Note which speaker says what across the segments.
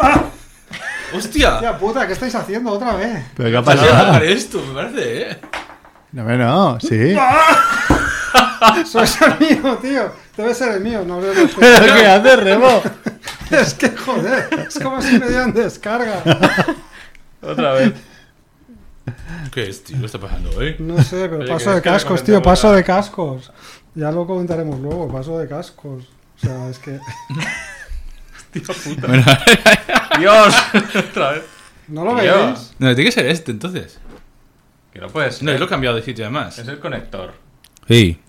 Speaker 1: ¡Ah!
Speaker 2: ¡Hostia!
Speaker 1: Hostia puta, ¿qué estáis haciendo otra vez?
Speaker 3: ¿Pero qué ha
Speaker 2: Vas a
Speaker 3: pasado?
Speaker 2: sacar esto, me parece, ¿eh?
Speaker 3: No, hombre, no, sí.
Speaker 1: Eso es el mío, tío. Debe ser el mío, no lo veo.
Speaker 3: ¿Pero qué haces, Remo?
Speaker 1: Es que joder, es como si me dieran descarga.
Speaker 4: Otra vez.
Speaker 2: ¿Qué es, tío? ¿Qué está pasando hoy?
Speaker 1: No sé, pero
Speaker 4: Oye,
Speaker 1: paso
Speaker 4: ¿quieres
Speaker 1: de
Speaker 4: que
Speaker 1: cascos, tío,
Speaker 4: comentemos
Speaker 1: paso
Speaker 4: la-
Speaker 1: de cascos. Ya lo comentaremos luego, paso de cascos. O sea, es que.
Speaker 3: Bueno,
Speaker 4: ¡Dios! Otra vez.
Speaker 1: ¿No lo
Speaker 4: Tío.
Speaker 1: veis?
Speaker 2: No, tiene que ser este entonces.
Speaker 4: Que no puedes.
Speaker 2: No, yo lo he cambiado de sitio además.
Speaker 4: Es el conector.
Speaker 2: Sí.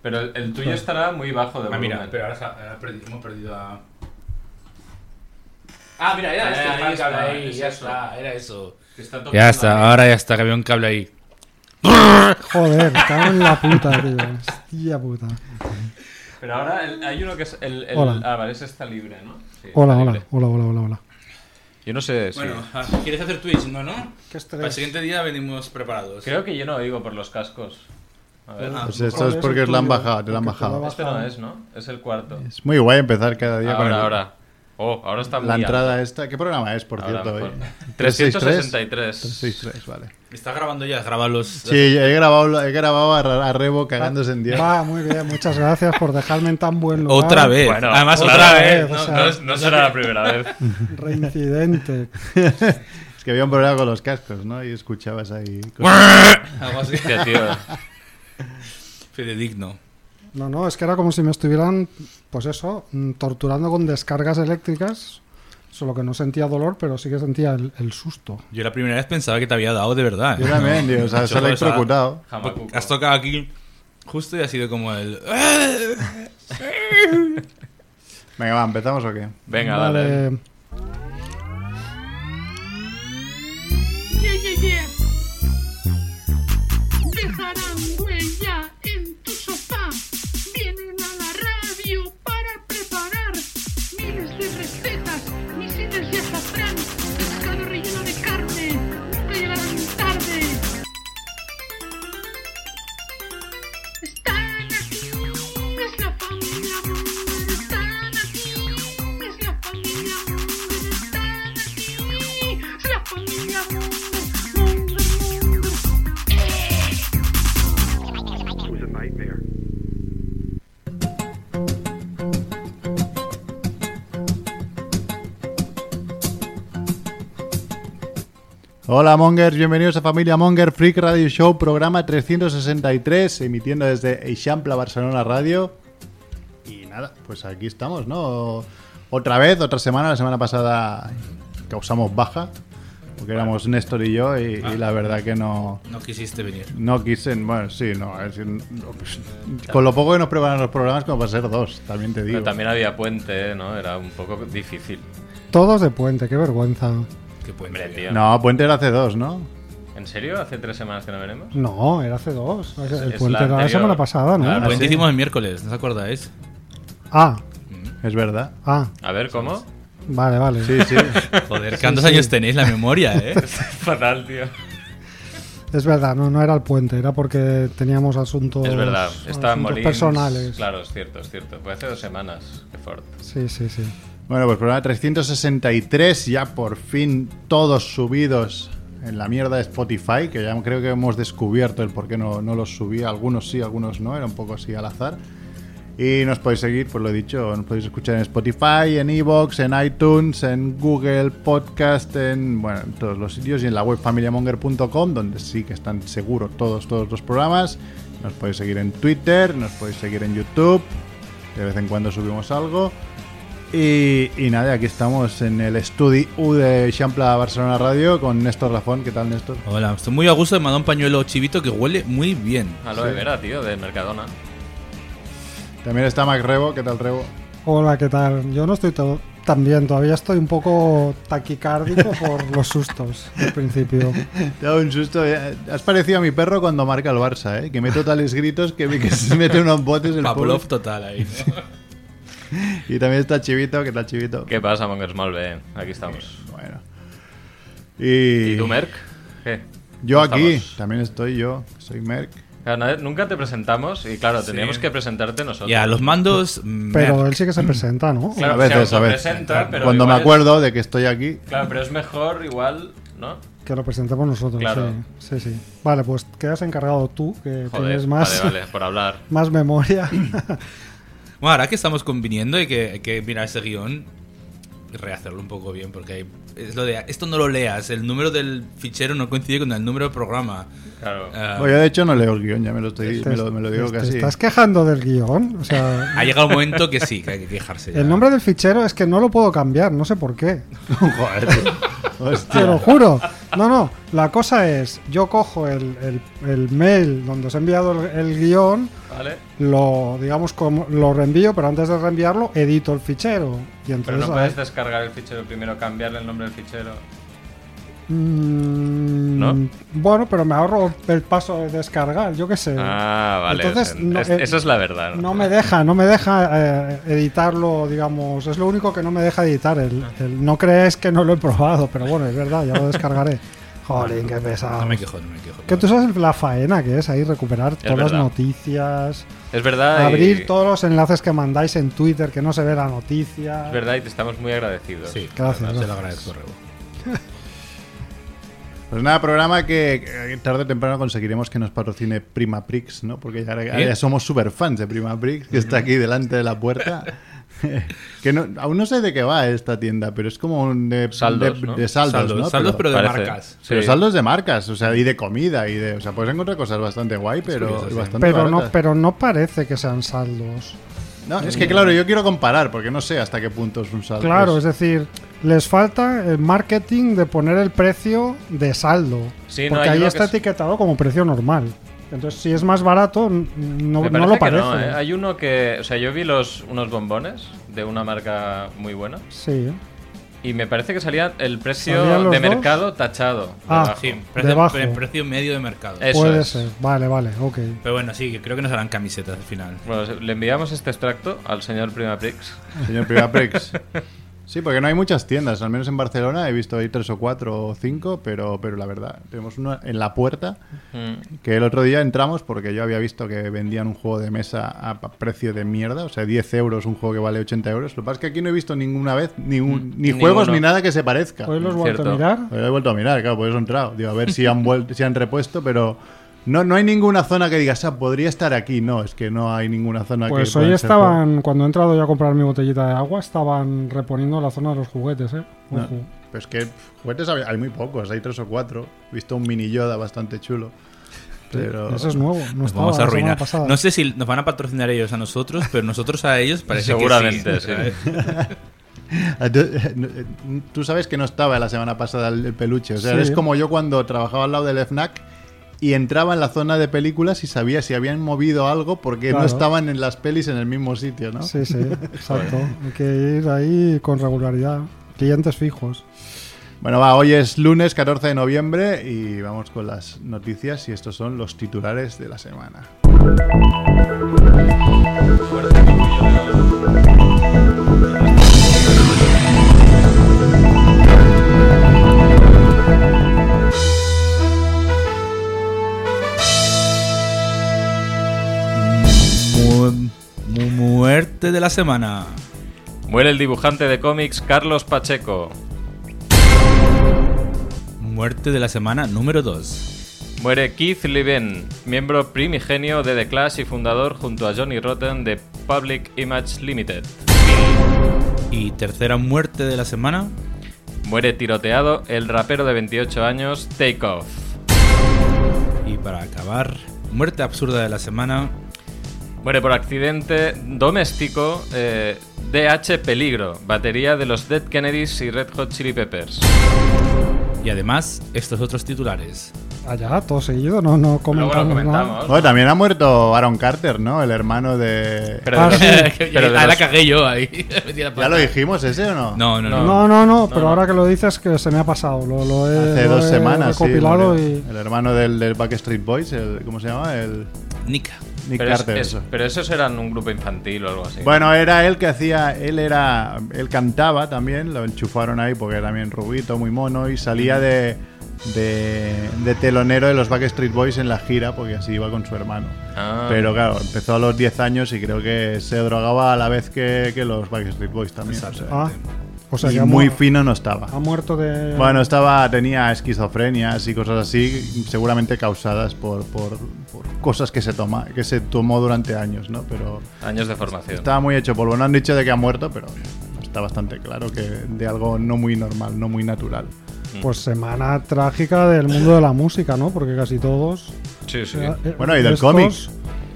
Speaker 4: Pero el, el tuyo estará muy bajo de
Speaker 2: Ah,
Speaker 4: volumen.
Speaker 2: mira, pero ahora, se ha- ahora ha perdido- hemos perdido a. Ah, mira,
Speaker 4: era este el cable ahí, ya
Speaker 2: está, era eso.
Speaker 4: Que está tocando
Speaker 2: Ya está,
Speaker 4: la-
Speaker 2: ahora ya está, que había un cable ahí.
Speaker 1: Joder, cago en la puta, tío. Hostia puta.
Speaker 4: Pero ahora el- hay uno que es el, el-
Speaker 1: Hola.
Speaker 4: Ah, vale, ese está libre, ¿no? Sí,
Speaker 1: Hola,
Speaker 4: está
Speaker 1: hola,
Speaker 4: libre.
Speaker 1: hola, hola, hola, hola.
Speaker 4: Yo no sé si...
Speaker 2: Bueno, ah, ¿quieres hacer Twitch? No, no.
Speaker 1: Qué
Speaker 2: Para el
Speaker 1: estrés.
Speaker 2: siguiente día venimos preparados.
Speaker 4: Pues- Creo que yo no oigo por los cascos. A ver.
Speaker 2: Ah,
Speaker 3: pues esto es porque la han bajado, te la han bajado.
Speaker 4: Este no es, ¿no? Es el cuarto.
Speaker 3: Es muy guay empezar cada día con el-
Speaker 4: Ahora, ahora. Oh, ahora está muy
Speaker 3: la
Speaker 4: alto.
Speaker 3: entrada esta. ¿Qué programa es, por
Speaker 4: Ahora
Speaker 3: cierto? eh?
Speaker 4: mejor.
Speaker 3: hoy?
Speaker 4: 363.
Speaker 3: 363, vale.
Speaker 2: Está grabando ya, graba los.
Speaker 3: Sí, he grabado, he grabado a, Ra- a Rebo cagándose en Dios.
Speaker 4: Ah.
Speaker 1: Va, muy bien, muchas gracias por dejarme en tan buen lugar.
Speaker 2: Otra vez.
Speaker 4: Bueno,
Speaker 2: Además,
Speaker 1: otra
Speaker 2: otra,
Speaker 1: vez,
Speaker 2: vez.
Speaker 1: o
Speaker 2: No,
Speaker 1: sea,
Speaker 2: no
Speaker 4: No,
Speaker 2: es-
Speaker 4: no será la primera vez.
Speaker 1: Reincidente.
Speaker 3: Es que había un problema con los cascos, ¿no? Y escuchabas ahí. cosas.
Speaker 2: algo así.
Speaker 4: Hostia, tío.
Speaker 2: Fidedigno.
Speaker 1: No, no, es que era como si me estuvieran, pues eso, mm, torturando con descargas eléctricas. Solo que no sentía dolor, pero sí que sentía el, el susto.
Speaker 2: Yo la primera vez pensaba que te había dado de verdad.
Speaker 3: Yo también, tío. O sea, se ha
Speaker 2: Joder, o sea,
Speaker 3: electrocutado.
Speaker 4: Jamacuco.
Speaker 2: Has tocado aquí justo y ha sido como el.
Speaker 3: Venga, va, ¿empezamos o qué?
Speaker 4: Venga, dale.
Speaker 5: Yeah, yeah, yeah. Dejarán huella en tu sofá. Vienen a la radio para preparar miles de recetas, misiles de azafrán, pescado relleno de carne. Nunca llegarán tarde. Están aquí, es la familia Munger. Están aquí, es la familia Munger. Están aquí, es la familia Munger. Munger, Munger.
Speaker 3: Hola Mongers, bienvenidos a Familia Monger Freak Radio Show, programa 363, emitiendo desde Eixample Barcelona Radio. Y nada, pues aquí estamos, ¿no? Otra vez, otra semana, la semana pasada causamos baja, porque éramos Néstor y yo, y, y la verdad que no...
Speaker 2: No quisiste venir.
Speaker 3: No quisen, bueno, sí, no, es decir, no, pues, con lo poco que nos preparan los programas como para ser dos, también te digo.
Speaker 4: Pero también había puente, ¿no? Era un poco difícil.
Speaker 1: Todos de puente, qué vergüenza.
Speaker 2: Que puede
Speaker 4: Hombre,
Speaker 2: ser.
Speaker 4: tío.
Speaker 3: No, Puente era hace dos, ¿no?
Speaker 4: ¿En serio? ¿Hace tres semanas que no veremos?
Speaker 1: No, era hace dos. El
Speaker 4: es
Speaker 1: puente era
Speaker 4: la
Speaker 1: la
Speaker 4: anterior.
Speaker 1: semana pasada, ¿no?
Speaker 2: Ah, el
Speaker 3: Ah,
Speaker 2: puente
Speaker 3: sí.
Speaker 2: hicimos el miércoles, ¿no os acordáis?
Speaker 1: Ah,
Speaker 3: Es verdad.
Speaker 1: ah,
Speaker 4: A ver, ¿cómo?
Speaker 1: vale, vale.
Speaker 3: Sí, sí.
Speaker 2: Joder, ¿cuántos años tenéis la memoria, eh?
Speaker 4: Fatal, tío.
Speaker 1: Es verdad, no, no era el puente, era porque teníamos asuntos,
Speaker 4: Es verdad.
Speaker 1: Pues,
Speaker 4: Estaban
Speaker 1: asuntos
Speaker 4: Molins.
Speaker 1: personales.
Speaker 4: Claro, es cierto, es cierto. Fue hace dos semanas. Qué fuerte.
Speaker 1: Sí, sí, sí.
Speaker 3: Bueno, pues programa 363, ya por fin todos subidos en la mierda de Spotify, que ya creo que hemos descubierto el por qué no, no los subí, algunos sí, algunos no, era un poco así al azar. Y nos podéis seguir, pues lo he dicho, nos podéis escuchar en Spotify, en Evox, en iTunes, en Google Podcast, en, bueno, en todos los sitios y en la web familiamonger.com, donde sí que están seguros todos, todos los programas. Nos podéis seguir en Twitter, nos podéis seguir en YouTube, de vez en cuando subimos algo. Y, y nada, aquí estamos en el estudio U de Champla Barcelona Radio con Néstor Lafón. ¿Qué tal, Néstor?
Speaker 2: Hola, estoy muy a gusto de mandar un pañuelo chivito que huele muy bien.
Speaker 4: Aloe vera, tío, de Mercadona.
Speaker 3: También está Mac Rebo. ¿Qué tal, Rebo?
Speaker 1: Hola, ¿qué tal? Yo no estoy to- tan bien, todavía estoy un poco taquicárdico por los sustos al principio.
Speaker 3: Te da un susto. eh. Has parecido a mi perro cuando marca el Barça, ¿eh? Que mete tales gritos que, que se mete unos botes el
Speaker 2: Pavlov
Speaker 3: pobre.
Speaker 2: total ahí. ¿no?
Speaker 3: Y también está Chivito. ¿Qué tal, Chivito?
Speaker 4: ¿Qué pasa, Mongers Malve? Aquí estamos.
Speaker 3: Bueno. Y,
Speaker 4: ¿Y tú, Merck? ¿Qué?
Speaker 3: yo
Speaker 4: ¿Cómo
Speaker 3: aquí,
Speaker 4: estamos?
Speaker 3: también estoy yo. Soy Merck.
Speaker 4: Claro, nadie- nunca te presentamos y claro, teníamos que presentarte nosotros.
Speaker 2: Ya, los mandos. mm,
Speaker 1: Pero
Speaker 2: me-
Speaker 1: él sí que se presenta, ¿no?
Speaker 4: Claro,
Speaker 3: a veces,
Speaker 4: se
Speaker 3: a veces.
Speaker 4: autopresenta, pero
Speaker 3: Cuando me
Speaker 4: igual-
Speaker 3: acuerdo de que estoy aquí,
Speaker 4: Claro, pero es mejor igual, ¿no?
Speaker 1: Que lo presentemos nosotros.
Speaker 4: Claro.
Speaker 1: Sí, sí, sí. Vale, pues quedas encargado tú, que
Speaker 4: Joder,
Speaker 1: tienes más,
Speaker 4: vale, vale, por hablar.
Speaker 1: más memoria.
Speaker 2: Bueno, ahora que estamos conviniendo hay que, hay que mirar ese guión y rehacerlo un poco bien, porque hay- es lo de esto no lo leas, el número del fichero no coincide con el número del programa.
Speaker 4: Claro.
Speaker 2: Ah,
Speaker 3: Oye, de hecho no leo el guión, ya me lo,
Speaker 4: Este
Speaker 3: estoy, me lo, me lo digo
Speaker 1: Te- te
Speaker 3: casi.
Speaker 1: estás quejando del guión. O sea,
Speaker 2: ha llegado un momento que sí, que hay que quejarse. ya.
Speaker 1: el nombre del fichero es que no lo puedo cambiar, no sé por qué.
Speaker 3: Joder, tío.
Speaker 1: Te lo
Speaker 3: Hostia.
Speaker 1: juro. No, no. La cosa es, yo cojo el, el- el mail donde os he enviado el, el guión,
Speaker 4: ¿Vale?
Speaker 1: lo, digamos, como, lo reenvío, pero antes de reenviarlo, edito el fichero. Y
Speaker 4: Pero
Speaker 1: entonces...
Speaker 4: no puedes
Speaker 1: ahí-
Speaker 4: descargar el fichero primero, cambiarle el nombre del fichero.
Speaker 1: Mm,
Speaker 4: ¿No?
Speaker 1: Bueno, pero me ahorro el paso de descargar, yo qué sé.
Speaker 4: Ah, vale.
Speaker 1: Entonces,
Speaker 4: o sea,
Speaker 1: no,
Speaker 4: es-
Speaker 1: eh,
Speaker 4: eso es la verdad.
Speaker 1: No me deja, no me deja eh, editarlo, digamos. Es lo único que no me deja editar. El,
Speaker 4: Ah.
Speaker 1: el- no crees que no lo he probado, pero bueno, es verdad, ya lo descargaré. Jolín, qué pesado.
Speaker 2: No me quejo, no me quejo.
Speaker 1: Que tú sabes la faena que es ahí recuperar todas las
Speaker 4: verdad.
Speaker 1: noticias,
Speaker 4: Es verdad.
Speaker 1: abrir
Speaker 4: y,
Speaker 1: todos los enlaces que mandáis en Twitter, que no se ve la noticia.
Speaker 4: Es verdad y te estamos muy agradecidos.
Speaker 2: Sí,
Speaker 1: Gracias,
Speaker 2: te lo
Speaker 1: gracias.
Speaker 2: agradezco, Rebo.
Speaker 3: Pues nada, programa que eh, tarde o temprano conseguiremos que nos patrocine Prima Prix, ¿no? Porque ya, ahora
Speaker 2: ¿Eh?
Speaker 3: ya somos super fans de Prima Prix, que está aquí delante de la puerta. que no- aún no sé de qué va esta tienda, pero es como un de
Speaker 4: Saldos,
Speaker 3: de,
Speaker 4: ¿no?
Speaker 3: de saldos,
Speaker 2: Saldos,
Speaker 3: ¿no?
Speaker 2: saldos, pero de
Speaker 4: Parece.
Speaker 2: marcas.
Speaker 4: Sí.
Speaker 3: pero saldos de marcas, o sea, y de comida y de, o sea, puedes encontrar cosas bastante guay, pero
Speaker 2: curioso, sí.
Speaker 3: y bastante
Speaker 1: Pero no,
Speaker 3: baratas.
Speaker 1: pero no parece que sean saldos.
Speaker 3: No, es que claro, yo quiero comparar porque no sé hasta qué punto es un saldo.
Speaker 1: Claro, es decir, les falta el marketing de poner el precio de saldo.
Speaker 4: Sí, no,
Speaker 1: porque
Speaker 4: hay
Speaker 1: ahí
Speaker 4: uno
Speaker 1: está
Speaker 4: que es-
Speaker 1: etiquetado como precio normal. Entonces, si es más barato, n- no,
Speaker 4: Me
Speaker 1: no lo
Speaker 4: que
Speaker 1: parece.
Speaker 4: no, ¿eh? Hay uno que. O sea, yo vi los, unos bombones de una marca muy buena
Speaker 1: Sí.
Speaker 4: y me parece que salía el precio
Speaker 1: ¿Salían
Speaker 4: de
Speaker 1: los dos?
Speaker 4: mercado tachado.
Speaker 1: Ah.
Speaker 4: debajo.
Speaker 2: Sí, precio,
Speaker 1: Debajo.
Speaker 2: pre- precio medio de mercado.
Speaker 4: Eso
Speaker 1: Puede
Speaker 4: es.
Speaker 1: ser. Vale, vale, ok.
Speaker 2: Pero bueno, sí, creo que nos harán camisetas al final.
Speaker 4: Bueno, le enviamos este extracto al señor Primaprix.
Speaker 3: Señor Primaprix. Sí, porque no hay muchas tiendas, al menos en Barcelona he visto ahí tres o cuatro o cinco, pero, pero la verdad, tenemos una en la puerta
Speaker 4: Mm.
Speaker 3: que el otro día entramos porque yo había visto que vendían un juego de mesa a pa- precio de mierda, o sea, 10 euros un juego que vale 80 euros. Lo que pasa es que aquí no he visto ninguna vez, ni, un- ni
Speaker 4: Ninguno.
Speaker 3: juegos ni nada que se parezca.
Speaker 1: Hoy los
Speaker 4: Mm,
Speaker 1: vuelto a
Speaker 4: cierto.
Speaker 1: mirar.
Speaker 3: Lo he vuelto a mirar, claro, por eso he entrado. Digo, a ver si han, vuelto, si han repuesto, pero no, no hay ninguna zona que digas, ah, podría estar aquí. No, es que no hay ninguna zona que
Speaker 1: Pues
Speaker 3: puedan
Speaker 1: hoy
Speaker 3: ser juegos.
Speaker 1: estaban, cuando he entrado yo a comprar mi botellita de agua, estaban reponiendo la zona de los juguetes, ¿eh?
Speaker 2: Ah.
Speaker 3: No,
Speaker 1: Ojo.
Speaker 3: Pues que pf, juguetes hay, hay muy pocos, hay tres o cuatro. He visto un mini Yoda bastante chulo. Pero
Speaker 1: Eso es nuevo. No
Speaker 2: Nos vamos
Speaker 1: estaba
Speaker 2: a
Speaker 1: la semana
Speaker 2: arruinar.
Speaker 1: pasada.
Speaker 2: No sé si nos van a patrocinar ellos a nosotros, pero nosotros a ellos parece
Speaker 4: Seguramente,
Speaker 2: que
Speaker 4: sí.
Speaker 3: Ah, tú- tú sabes que no estaba la semana pasada el el peluche. O sea,
Speaker 1: Sí.
Speaker 3: es como yo cuando trabajaba al lado del FNAC y entraba en la zona de películas y sabía si habían movido algo porque no
Speaker 1: Claro.
Speaker 3: estaban en las pelis en el mismo sitio, ¿no?
Speaker 1: Sí, sí, exacto. Hay que ir ahí con regularidad. Clientes fijos.
Speaker 3: Bueno, va, hoy es lunes 14 de noviembre y vamos con las noticias y estos son los titulares de la semana.
Speaker 2: Mu- mu- muerte de la semana.
Speaker 4: Muere el dibujante de cómics Carlos Pacheco.
Speaker 2: Muerte de la semana número 2.
Speaker 4: Muere Keith Leven, miembro primigenio de The Clash y fundador junto a Johnny Rotten de Public Image Limited.
Speaker 2: Y tercera muerte de la semana.
Speaker 4: Muere tiroteado el rapero de 28 años Takeoff.
Speaker 2: Y para acabar, muerte absurda de la semana.
Speaker 4: Muere por accidente doméstico eh, DH Peligro, batería de los Dead Kennedys y Red Hot Chili Peppers.
Speaker 2: Y además, estos otros titulares.
Speaker 1: Allá, todo seguido, no, no Ah,
Speaker 4: Luego lo
Speaker 1: comentamos, nada.
Speaker 4: comentamos.
Speaker 3: Bueno, también ha muerto Aaron Carter, ¿no? El hermano de...
Speaker 4: Pero
Speaker 1: Ah,
Speaker 4: de los-
Speaker 1: sí.
Speaker 4: pero de
Speaker 2: Ah, la
Speaker 4: los-
Speaker 2: cagué yo ahí. Metí la
Speaker 3: ¿Ya
Speaker 2: pata.
Speaker 3: lo dijimos ese o no?
Speaker 2: No, no, no.
Speaker 1: No, no, no, pero
Speaker 4: no.
Speaker 1: ahora que lo dices que se me ha pasado. Lo, lo he,
Speaker 3: Hace
Speaker 1: lo
Speaker 3: dos
Speaker 1: he
Speaker 3: semanas, sí,
Speaker 1: recopilado
Speaker 3: murió.
Speaker 1: y...
Speaker 3: El hermano del, del Backstreet Boys, el, ¿cómo se llama? El
Speaker 2: Nica.
Speaker 3: Nick
Speaker 4: pero, es-
Speaker 3: Carter.
Speaker 4: es- pero esos eran un grupo infantil o algo así.
Speaker 3: Bueno, era él que hacía, él era, él cantaba también, lo enchufaron ahí porque era también rubito, muy mono y salía de, de, de telonero de los Backstreet Boys en la gira, porque así iba con su hermano.
Speaker 4: Ah.
Speaker 3: Pero claro, empezó a los 10 años y creo que se drogaba a la vez que, que los Backstreet Boys también. o sea.
Speaker 1: Ah, o sea,
Speaker 3: Y
Speaker 1: que ha,
Speaker 3: muy
Speaker 1: mu-
Speaker 3: fino no estaba.
Speaker 1: ha muerto de.
Speaker 3: Bueno, estaba, tenía esquizofrenias y cosas así, seguramente causadas por, por- por cosas que se toma, que se tomó durante años, ¿no? Pero
Speaker 4: Años de formación.
Speaker 3: estaba muy hecho polvo. No han dicho de que ha muerto, pero está bastante claro que de algo no muy normal, no muy natural.
Speaker 1: Pues semana trágica del mundo de la música, ¿no? Porque casi todos.
Speaker 4: Sí, sí.
Speaker 1: eh,
Speaker 3: Bueno, y del
Speaker 1: estos-
Speaker 3: cómic.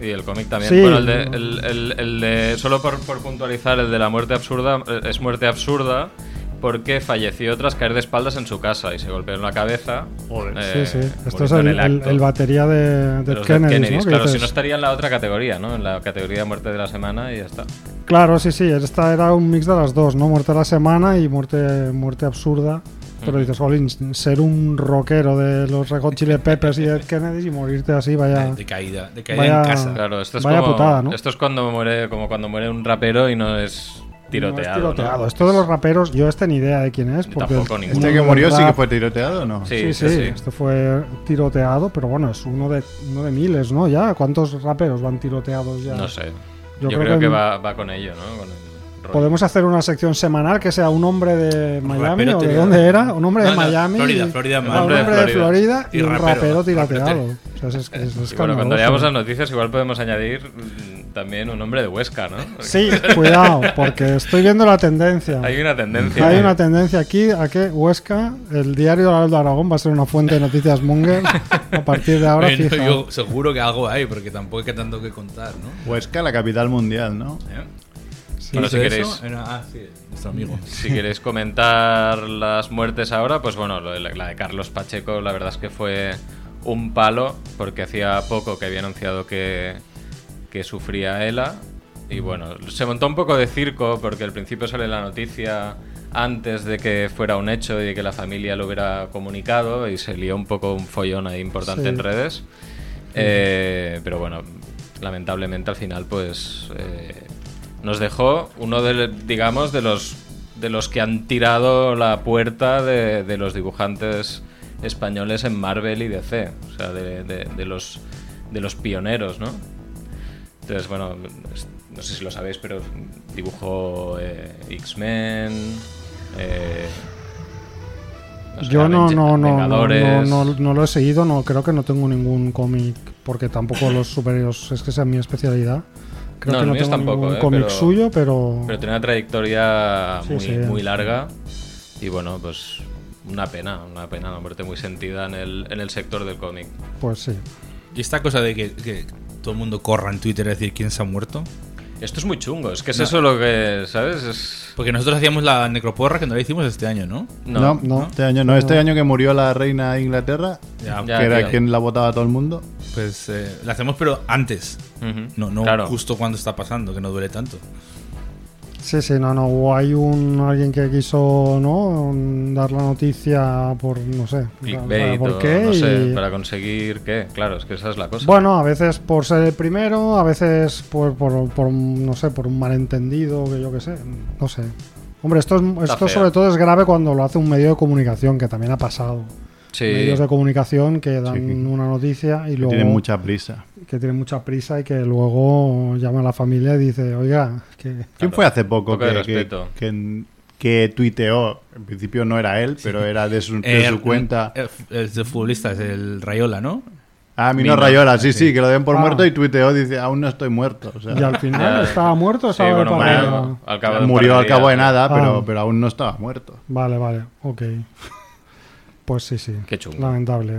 Speaker 4: Y el cómic también.
Speaker 1: Sí.
Speaker 4: Bueno, el de, el- el- el de- solo por, por puntualizar, el de la muerte absurda eh, es muerte absurda porque falleció tras caer de espaldas en su casa y se golpeó en la cabeza.
Speaker 3: Joder.
Speaker 1: Sí, sí. Esto es
Speaker 4: muriendo Eh, en
Speaker 1: el, el-
Speaker 4: acto.
Speaker 1: el batería de,
Speaker 4: De
Speaker 1: de
Speaker 4: los Dead
Speaker 1: Kennedy, ¿no?
Speaker 4: Kennedys.
Speaker 1: Que
Speaker 4: Claro, si
Speaker 1: dices-
Speaker 4: no estaría en la otra categoría, ¿no? En la categoría de muerte de la semana y ya está.
Speaker 1: Claro, sí, sí. Esta era un mix de las dos, ¿no? Muerte de la semana y muerte, muerte absurda. Pero dices, jolín, ser un rockero de los Red Hot Chili Peppers y Ed Kennedy y morirte así, vaya.
Speaker 4: Eh,
Speaker 2: De caída, de caída
Speaker 1: Vaya-
Speaker 2: en casa.
Speaker 4: Claro, esto es
Speaker 1: Vaya
Speaker 4: como,
Speaker 1: putada, ¿no?
Speaker 4: Esto es cuando muere, como cuando muere un rapero y no es
Speaker 1: No, es
Speaker 4: tiroteado. ¿no?
Speaker 1: tiroteado. Esto de los raperos, yo esta ni idea de quién es. Porque
Speaker 4: Tampoco ninguno.
Speaker 3: Este que
Speaker 1: Uno de
Speaker 3: murió sí que
Speaker 1: rap-
Speaker 3: fue tiroteado, ¿no?
Speaker 1: Sí, sí, Este fue tiroteado, pero bueno, es uno de, uno de miles, ¿no? Ya, ¿cuántos raperos van tiroteados ya?
Speaker 4: No sé.
Speaker 1: Yo
Speaker 4: Yo,
Speaker 1: creo
Speaker 4: creo,
Speaker 1: que
Speaker 4: que,
Speaker 1: en-
Speaker 4: va, va con ello, ¿no? Con el rollo.
Speaker 1: Podemos hacer una sección semanal que sea un hombre de Miami
Speaker 2: rapero
Speaker 1: o de
Speaker 2: tirado.
Speaker 1: dónde era, un hombre de
Speaker 2: No, no,
Speaker 1: Miami.
Speaker 2: Florida,
Speaker 1: y-
Speaker 2: Florida,
Speaker 1: Ah,
Speaker 2: Miami.
Speaker 1: un hombre de Florida y,
Speaker 2: Y
Speaker 1: un rapero,
Speaker 2: rapero, rapero
Speaker 1: tirateado.
Speaker 2: tirado.
Speaker 1: O sea, es, es- es
Speaker 4: Y bueno,
Speaker 1: escandaloso.
Speaker 4: cuando leamos las noticias, igual podemos añadir mm, también un hombre de Huesca, ¿no? Porque
Speaker 1: Sí, cuidado, porque estoy viendo la tendencia.
Speaker 4: Hay una tendencia.
Speaker 1: Hay una tendencia aquí a que Huesca, el diario de Aldo Aragón, va a ser una fuente de noticias Munger a partir de ahora.
Speaker 2: Bueno,
Speaker 1: fija.
Speaker 2: yo seguro que algo hay, porque tampoco hay que tanto que contar, ¿no?
Speaker 3: Huesca, la capital mundial, ¿no?
Speaker 2: ¿Eh?
Speaker 1: Sí.
Speaker 4: Bueno,
Speaker 2: ¿Hizo
Speaker 4: si
Speaker 2: eso?
Speaker 4: queréis-
Speaker 2: Era- ah, sí, nuestro amigo.
Speaker 4: Si queréis comentar las muertes ahora, pues bueno, lo de la, la de Carlos Pacheco, la verdad es que fue un palo, porque hacía poco que había anunciado que, que sufría ELA. Y bueno, se montó un poco de circo, porque al principio sale la noticia antes de que fuera un hecho y de que la familia lo hubiera comunicado, y se lió un poco un follón ahí importante
Speaker 1: Sí.
Speaker 4: en redes. Eh, pero bueno, lamentablemente al final, pues eh, nos dejó uno de, digamos, de los de los que han tirado la puerta de, de los dibujantes españoles en Marvel y DC, o sea, de, de- de los de los pioneros, ¿no? Entonces, bueno, es- no sé si lo sabéis, pero dibujó eh, X-Men. eh, sé,
Speaker 1: Yo no,
Speaker 4: Avenge-
Speaker 1: no, no, no, no,
Speaker 4: Vengadores.
Speaker 1: no- no lo he seguido, no creo que no tengo ningún cómic, porque tampoco los superhéroes es que sea mi especialidad. Creo
Speaker 4: No,
Speaker 1: que
Speaker 4: el
Speaker 1: no
Speaker 4: mío
Speaker 1: tengo
Speaker 4: tampoco,
Speaker 1: ningún
Speaker 4: eh,
Speaker 1: cómic
Speaker 4: pero-
Speaker 1: suyo, pero,
Speaker 4: Pero tiene una trayectoria
Speaker 1: Sí,
Speaker 4: muy,
Speaker 1: sí.
Speaker 4: muy larga y bueno, pues una pena, una pena, una muerte muy sentida en el, en el sector del cómic.
Speaker 1: pues sí.
Speaker 2: Y esta cosa de que, que todo el mundo corra en Twitter a decir quién se ha muerto.
Speaker 4: Esto es muy chungo, es que es
Speaker 2: No.
Speaker 4: eso lo que, ¿sabes? Es...
Speaker 2: Porque nosotros hacíamos la necroporra que no la hicimos este año, ¿no?
Speaker 4: No,
Speaker 1: no.
Speaker 3: Este año no, este año que murió la reina de Inglaterra,
Speaker 2: Ya,
Speaker 4: Ya,
Speaker 3: que era
Speaker 4: tío.
Speaker 3: quien la votaba a todo el mundo.
Speaker 2: Pues eh, la hacemos, pero antes.
Speaker 4: Ujú.
Speaker 2: No, no
Speaker 4: Claro.
Speaker 2: justo cuando está pasando, que no duele tanto.
Speaker 1: Sí, sí, no, no, o hay un alguien que quiso, ¿no? Un- Dar la noticia por, no sé,
Speaker 4: Clickbait
Speaker 1: por
Speaker 4: o
Speaker 1: qué.
Speaker 4: no sé,
Speaker 1: y-
Speaker 4: para conseguir qué, claro, es que esa es la cosa.
Speaker 1: Bueno, a veces por ser el primero, a veces por, por, por un- no sé, por un malentendido, que yo qué sé, no sé. Hombre, esto, es- esto
Speaker 4: feo.
Speaker 1: sobre todo es grave cuando lo hace un medio de comunicación, que también ha pasado.
Speaker 4: sí,
Speaker 1: Medios de comunicación que dan
Speaker 3: Sí.
Speaker 1: una noticia y luego
Speaker 3: Tiene mucha prisa.
Speaker 1: que tienen mucha prisa y que luego llama a la familia y dice, oiga, que...
Speaker 3: ¿Quién fue hace poco
Speaker 4: poco de
Speaker 3: que, que,
Speaker 4: respeto.
Speaker 3: que- que tuiteó? En principio no era él, pero era de su, de
Speaker 4: Er-
Speaker 2: Eh,
Speaker 3: su cuenta.
Speaker 2: eh, Es de futbolista, es el Rayola, ¿no?
Speaker 3: Ah, Mino
Speaker 2: Mino,
Speaker 3: Rayola, sí, sí, que lo den por
Speaker 1: Ah.
Speaker 3: muerto y tuiteó, dice, aún no estoy muerto. o sea,
Speaker 1: Y al final
Speaker 4: Ya.
Speaker 1: estaba muerto,
Speaker 4: Sí,
Speaker 1: estaba de
Speaker 4: bueno,
Speaker 1: parrilla.
Speaker 4: murió al cabo de un
Speaker 3: murió
Speaker 4: par de
Speaker 3: al cabo de
Speaker 4: días, ¿no?
Speaker 3: nada,
Speaker 1: Ah.
Speaker 3: pero, pero aún no estaba muerto.
Speaker 1: Vale, vale, ok. Pues sí, sí.
Speaker 4: Qué chungo.
Speaker 1: Lamentable.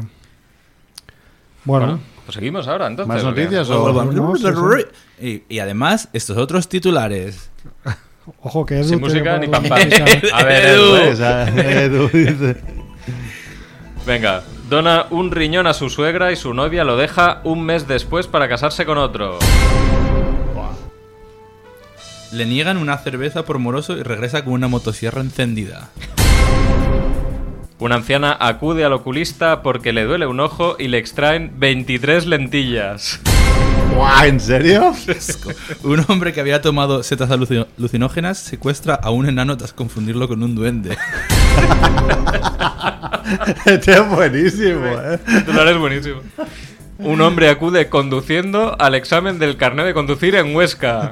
Speaker 4: Bueno,
Speaker 1: Bueno,
Speaker 4: pues seguimos ahora entonces.
Speaker 3: ¿Más
Speaker 4: ¿o qué?
Speaker 3: noticias o...?
Speaker 1: Bueno, no, sí,
Speaker 2: Oh, Y, y además, estos otros titulares.
Speaker 1: ojo que es
Speaker 4: Sin
Speaker 1: útil
Speaker 4: música
Speaker 1: para
Speaker 4: ni
Speaker 1: la
Speaker 4: pam pam.
Speaker 1: música.
Speaker 4: A ver, Edu, ¿eh?
Speaker 3: O sea, Edu dice,
Speaker 4: Venga, dona un riñón a su suegra y su novia lo deja un mes después para casarse con otro.
Speaker 2: Le niegan una cerveza por moroso y regresa con una motosierra encendida.
Speaker 4: Una anciana acude al oculista porque le duele un ojo y le extraen 23 lentillas.
Speaker 3: "Buah, ¿en serio?
Speaker 2: Asco. Un hombre que había tomado setas aluci- alucinógenas secuestra a un enano tras confundirlo con un duende.
Speaker 3: Este es buenísimo, ¿eh?
Speaker 4: Titular es buenísimo. Un hombre acude conduciendo al examen del carnet de conducir en Huesca.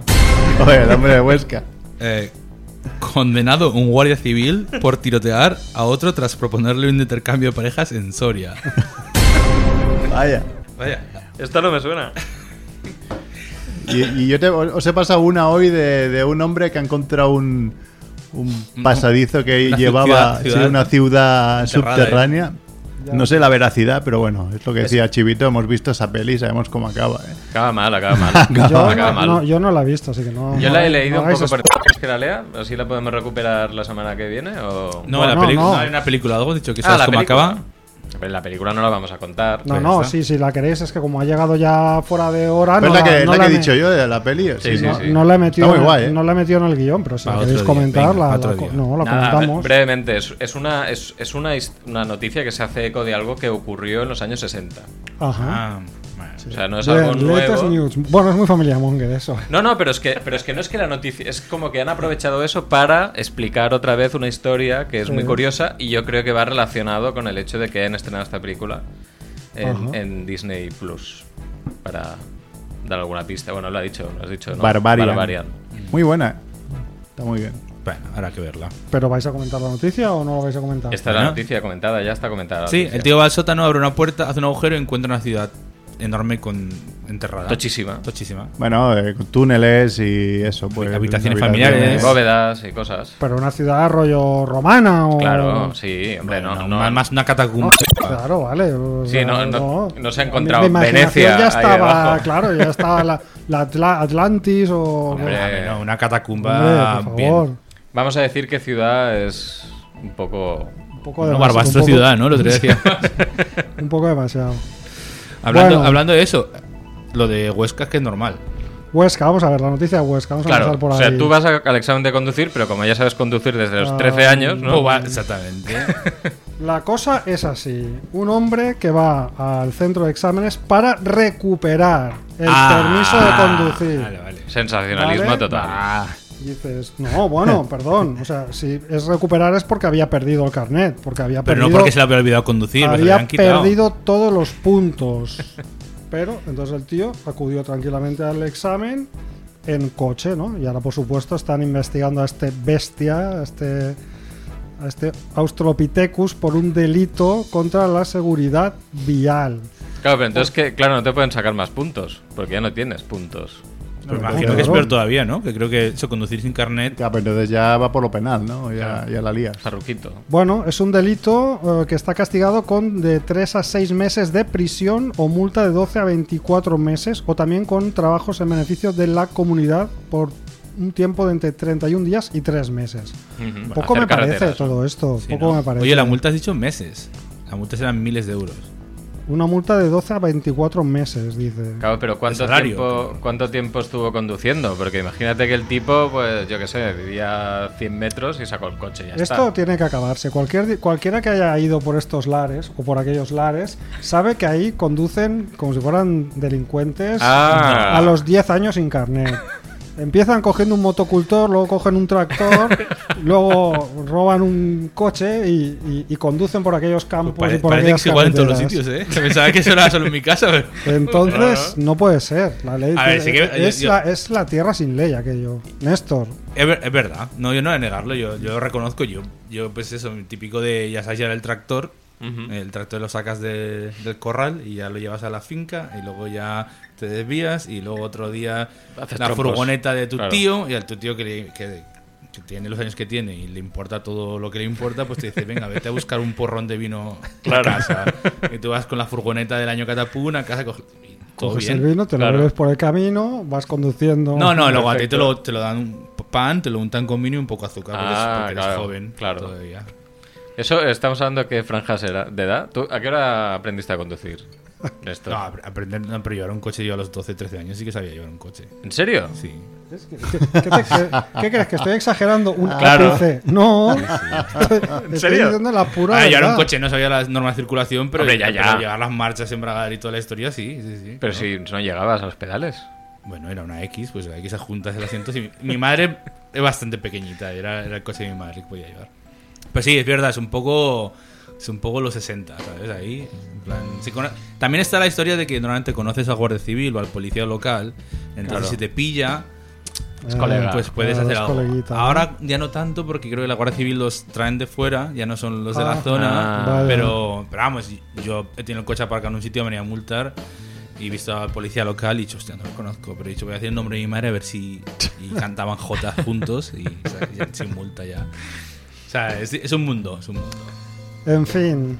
Speaker 3: Oye, el hombre de Huesca.
Speaker 2: Eh, condenado un guardia civil por tirotear a otro tras proponerle un intercambio de parejas en Soria.
Speaker 3: Vaya.
Speaker 2: Vaya.
Speaker 4: Esta no me suena.
Speaker 3: Y, y yo te, os he pasado una hoy de, de un hombre que ha encontrado un, un pasadizo que
Speaker 2: Una
Speaker 3: llevaba
Speaker 2: ciudad-
Speaker 3: sí,
Speaker 2: ciudad
Speaker 3: una ciudad
Speaker 2: enterrada,
Speaker 3: subterránea. No sé la veracidad, pero bueno, es lo que decía Chivito. Hemos visto esa peli y sabemos cómo acaba. ¿eh?
Speaker 4: Acaba mal, acaba mal.
Speaker 1: Yo,
Speaker 4: acaba
Speaker 1: no,
Speaker 4: mal.
Speaker 1: no, yo no la he visto, así que no.
Speaker 4: Yo
Speaker 1: no-
Speaker 4: la he
Speaker 1: no
Speaker 4: leído un
Speaker 1: hagáis
Speaker 4: poco, pero
Speaker 1: spoiler.
Speaker 4: ¿quieres que la lea? Así la podemos recuperar la semana que viene o...
Speaker 2: No,
Speaker 1: Bueno,
Speaker 2: la película.
Speaker 1: no.
Speaker 2: hay una película, algo dicho que
Speaker 4: Ah,
Speaker 2: sabes
Speaker 4: la
Speaker 2: cómo
Speaker 4: película.
Speaker 2: acaba.
Speaker 4: Pero pues la película no la vamos a contar.
Speaker 1: No,
Speaker 2: Pues
Speaker 1: no,
Speaker 2: ya está.
Speaker 1: sí, si la queréis, es que como ha llegado ya fuera de hora.
Speaker 3: Pero
Speaker 1: Ah, no
Speaker 3: es la que,
Speaker 1: no
Speaker 3: la que he
Speaker 1: me-
Speaker 3: dicho yo de la peli.
Speaker 4: Sí, sí,
Speaker 3: ¿no?
Speaker 1: No, no la he metido,
Speaker 3: Está muy guay, ¿eh?
Speaker 1: no la he metido en el guión, pero si
Speaker 2: Para
Speaker 1: la
Speaker 2: otro
Speaker 1: queréis
Speaker 2: día,
Speaker 1: comentar,
Speaker 2: venga,
Speaker 1: la-
Speaker 2: para
Speaker 1: la
Speaker 2: otro
Speaker 1: co-
Speaker 2: día.
Speaker 1: no, la
Speaker 4: Nada,
Speaker 1: comentamos.
Speaker 4: bre- brevemente, es, es una, es, es una, his- una noticia que se hace eco de algo que ocurrió en los años 60.
Speaker 1: Ajá.
Speaker 2: Ah, bueno.
Speaker 4: O sea, no es
Speaker 1: Bien,
Speaker 4: algo
Speaker 1: latest
Speaker 4: nuevo.
Speaker 1: news. Bueno, es muy familiar Monger eso.
Speaker 4: No, no, pero es que, pero es que no es que la noticia, es como que han aprovechado eso para explicar otra vez una historia que es muy
Speaker 1: Sí.
Speaker 4: curiosa y yo creo que va relacionado con el hecho de que hayan estrenado esta película
Speaker 1: Ajá.
Speaker 4: en, en Disney Plus para dar alguna pista. Bueno, lo ha dicho, lo has dicho, ¿no?
Speaker 3: Barbarian.
Speaker 4: Barbarian.
Speaker 3: Muy buena. ¿eh? Está muy bien.
Speaker 2: Bueno, habrá que verla.
Speaker 1: ¿Pero vais a comentar la noticia o no la vais a comentar?
Speaker 4: Esta es la
Speaker 2: Bueno.
Speaker 4: noticia comentada, ya está comentada. la
Speaker 2: Sí,
Speaker 4: noticia.
Speaker 2: el tío va al sótano, abre una puerta, hace un agujero y encuentra una ciudad enorme con enterrada.
Speaker 4: Tochísima.
Speaker 2: Tochísima.
Speaker 3: Bueno, eh, con túneles y eso. Pues,
Speaker 2: Habitaciones familiares.
Speaker 4: Bóvedas y cosas.
Speaker 1: Pero una ciudad rollo romana o.
Speaker 4: Claro, sí, hombre,
Speaker 2: Bueno,
Speaker 4: no,
Speaker 2: no,
Speaker 4: no,
Speaker 2: más una catacumba.
Speaker 1: Claro, vale. o
Speaker 4: Sí, no-
Speaker 1: sea,
Speaker 4: no- no se ha
Speaker 1: A mí
Speaker 4: encontrado
Speaker 1: mi imaginación Ya
Speaker 4: Venecia ahí
Speaker 1: estaba,
Speaker 4: debajo.
Speaker 1: claro, ya estaba la, la Atla- Atlantis o.
Speaker 4: Hombre,
Speaker 2: Ah, no, una
Speaker 1: Hombre,
Speaker 2: catacumba
Speaker 1: por
Speaker 2: bien.
Speaker 1: favor.
Speaker 4: Vamos a decir que ciudad es un poco.
Speaker 1: Un poco
Speaker 2: No,
Speaker 1: demasiado,
Speaker 2: Barbastro
Speaker 1: un poco-
Speaker 2: ciudad, ¿no? Lo otro día decía.
Speaker 1: Un poco demasiado.
Speaker 2: hablando,
Speaker 1: Bueno.
Speaker 2: hablando de eso, lo de Huesca es que es normal.
Speaker 1: Huesca, vamos a ver la noticia de Huesca. Vamos a
Speaker 4: Claro,
Speaker 1: empezar por
Speaker 4: o
Speaker 1: ahí.
Speaker 4: sea, tú vas a- al examen de conducir, pero como ya sabes conducir desde los
Speaker 1: Ah,
Speaker 4: 13 años, ¿no? Mm.
Speaker 2: No va- exactamente.
Speaker 1: La cosa es así. Un hombre que va al centro de exámenes para recuperar el
Speaker 2: Ah,
Speaker 1: permiso de conducir.
Speaker 2: Vale, vale.
Speaker 4: Sensacionalismo
Speaker 1: Vale.
Speaker 4: total.
Speaker 1: Dices, no, bueno, perdón. O sea, si es recuperar es porque había perdido el carnet, porque había
Speaker 2: Pero
Speaker 1: perdido,
Speaker 2: no porque se le había olvidado conducir, lo
Speaker 1: había
Speaker 2: habían quitado.
Speaker 1: perdido todos los puntos. Pero entonces el tío acudió tranquilamente al examen en coche, ¿no? Y ahora, por supuesto, están investigando a este bestia, a este, a este Australopithecus por un delito contra la seguridad vial.
Speaker 4: Claro, pero entonces, que, claro, no te pueden sacar más puntos, porque ya no tienes puntos.
Speaker 2: Pero
Speaker 1: No,
Speaker 2: imagino
Speaker 1: no,
Speaker 2: que es
Speaker 1: no.
Speaker 2: peor todavía, ¿no? Que creo que eso, conducir sin carnet.
Speaker 3: Ya, pero entonces ya va por lo penal, ¿no? Ya, ya la lías.
Speaker 4: Jarruquito.
Speaker 1: Bueno, es un delito eh, que está castigado con de 3 a 6 meses de prisión o multa de 12 a 24 meses o también con trabajos en beneficio de la comunidad por un tiempo de entre 31 días y 3 meses.
Speaker 4: Ujú.
Speaker 1: poco
Speaker 4: Hacer
Speaker 1: me parece
Speaker 4: carreteras, ¿no?
Speaker 1: todo esto,
Speaker 2: Sí,
Speaker 1: poco
Speaker 2: ¿no?
Speaker 1: me parece.
Speaker 2: Oye, la multa has dicho meses. La multa serán miles de euros.
Speaker 1: Una multa de 12 a 24 meses, dice.
Speaker 4: Claro, pero ¿cuánto
Speaker 2: El salario,
Speaker 4: tiempo, ¿cuánto tiempo estuvo conduciendo? Porque imagínate que el tipo, pues yo qué sé, vivía 100 metros y sacó el coche y ya
Speaker 1: Esto
Speaker 4: está.
Speaker 1: tiene que acabarse. Cualquier, di- cualquiera que haya ido por estos lares o por aquellos lares sabe que ahí conducen como si fueran delincuentes
Speaker 4: Ah.
Speaker 1: a los 10 años sin carnet. Empiezan cogiendo un motocultor, luego cogen un tractor, luego roban un coche y, y- y conducen por aquellos campos
Speaker 2: Pues pare-
Speaker 1: y por
Speaker 2: parece que
Speaker 1: aquellas
Speaker 2: es igual en todos los
Speaker 1: carreteras.
Speaker 2: sitios, ¿eh? Pensaba que eso era solo en mi casa, pero...
Speaker 1: Entonces, no puede ser. La ley
Speaker 2: A ver, sí que-
Speaker 1: es,
Speaker 2: yo-
Speaker 1: la, es la tierra sin ley aquello. Néstor,
Speaker 2: Es, ver- es verdad, no, yo no voy a negarlo, yo, yo lo reconozco, yo, yo pues eso, mi típico de, ya sabes, llevar el tractor, el tractor lo sacas de- del corral y ya lo llevas a la finca y luego ya te desvías y luego otro día
Speaker 4: Haces
Speaker 2: la
Speaker 4: trompos.
Speaker 2: furgoneta de tu
Speaker 4: Claro.
Speaker 2: tío y al tu tío que, le- que- que tiene los años que tiene y le importa todo lo que le importa, pues te dice, venga, vete a buscar un porrón de vino a casa. Y tú vas con la furgoneta del año catapún a casa, coges... y todo
Speaker 1: coges
Speaker 2: bien.
Speaker 1: el vino, te lo
Speaker 4: claro.
Speaker 1: bebes por el camino, vas conduciendo.
Speaker 2: No, no, luego a ti te
Speaker 4: Perfecto.
Speaker 2: lo, te lo dan un pan, te lo untan con vino y un poco de azúcar porque,
Speaker 4: Ah,
Speaker 2: es- porque
Speaker 4: claro,
Speaker 2: eres joven
Speaker 4: claro.
Speaker 2: todavía.
Speaker 4: Eso estamos hablando de qué franjas era- de edad. ¿Tú, ¿A qué hora aprendiste a conducir? Esto.
Speaker 2: No, ap- aprender no, pero llevar un coche yo a los 12, 13 años sí que sabía llevar un coche.
Speaker 4: ¿En serio?
Speaker 2: Sí.
Speaker 1: Es que- ¿Qué, qué te- qué- qué crees? ¿Que estoy exagerando? Un
Speaker 2: Ah,
Speaker 4: Claro.
Speaker 1: APC. No. Estoy- Estoy
Speaker 4: serio?
Speaker 1: diciendo la pura.
Speaker 2: Ah, llevar
Speaker 1: verdad.
Speaker 2: un coche no sabía las normas de circulación, pero,
Speaker 4: Hombre, ya,
Speaker 2: pero
Speaker 4: ya.
Speaker 2: llevar las marchas en Bragar y toda la historia, sí, sí, sí.
Speaker 4: Pero si no llegabas a los pedales.
Speaker 2: Bueno, era una X, pues la X adjuntas el asiento. y mi, mi madre es bastante pequeñita, era, era el coche de mi madre que podía llevar. Pues sí, es verdad, es un poco. Es un poco los 60, ¿sabes? Ahí. en plan, si cono- También está la historia de que normalmente conoces al guardia civil o al policía local. Entonces,
Speaker 4: Claro.
Speaker 2: si te pilla,
Speaker 1: Ah,
Speaker 4: colega.
Speaker 2: pues puedes
Speaker 1: claro,
Speaker 2: hacer
Speaker 1: es
Speaker 2: algo.
Speaker 1: coleguita, ¿no?
Speaker 2: Ahora ya no tanto porque creo que la Guardia Civil los traen de fuera, ya no son los de
Speaker 1: Ah.
Speaker 2: la zona.
Speaker 4: Ah,
Speaker 1: vale.
Speaker 2: Pero, pero vamos, yo he tenido el coche aparcado en un sitio, me venía a multar y he visto al policía local y he dicho, hostia, no lo conozco, pero he dicho, voy a decir el nombre de mi madre a ver si. Y cantaban Jotas juntos y o sea, ya sin multa ya. O sea, es, es un mundo, es un mundo.
Speaker 1: En fin,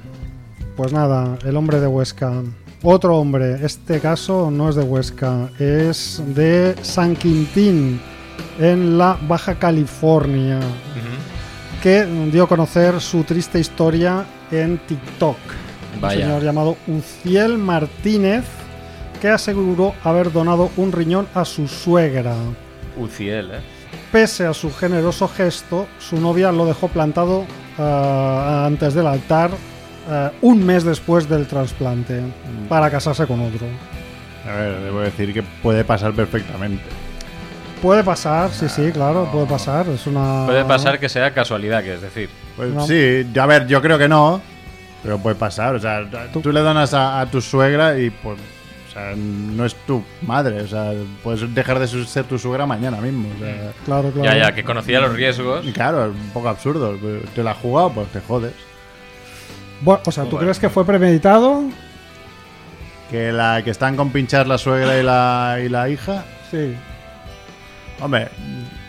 Speaker 1: pues nada, el hombre de Huesca. Otro hombre, este caso no es de Huesca, es de San Quintín, en la Baja California, que dio a conocer su triste historia en TikTok.
Speaker 4: Vaya.
Speaker 1: Un señor llamado Uciel Martínez, que aseguró haber donado un riñón a su suegra.
Speaker 4: Uciel, ¿eh?
Speaker 1: Pese a su generoso gesto, su novia lo dejó plantado eh, antes del altar eh, un mes después del trasplante
Speaker 4: Mm.
Speaker 1: para casarse con otro.
Speaker 3: A ver, debo decir que puede pasar perfectamente.
Speaker 1: Puede pasar, sí, sí, claro, puede pasar. Es una...
Speaker 4: Puede pasar que sea casualidad, que es decir.
Speaker 3: Pues
Speaker 1: No.
Speaker 3: sí, yo- a ver, yo creo que no, pero puede pasar. O sea, tú, le donas a, a tu suegra y pues, o sea, no es tu madre. O sea, puedes dejar de su- ser tu suegra mañana mismo. O sea,
Speaker 1: Claro, claro.
Speaker 4: Ya, ya, que conocía los riesgos.
Speaker 3: y claro, es un poco absurdo. Te la has jugado, pues te jodes.
Speaker 1: Bueno, o sea, ¿tú crees que fue premeditado?
Speaker 3: Que la que están con pinchar la suegra y la, y la hija.
Speaker 1: Sí.
Speaker 3: Hombre,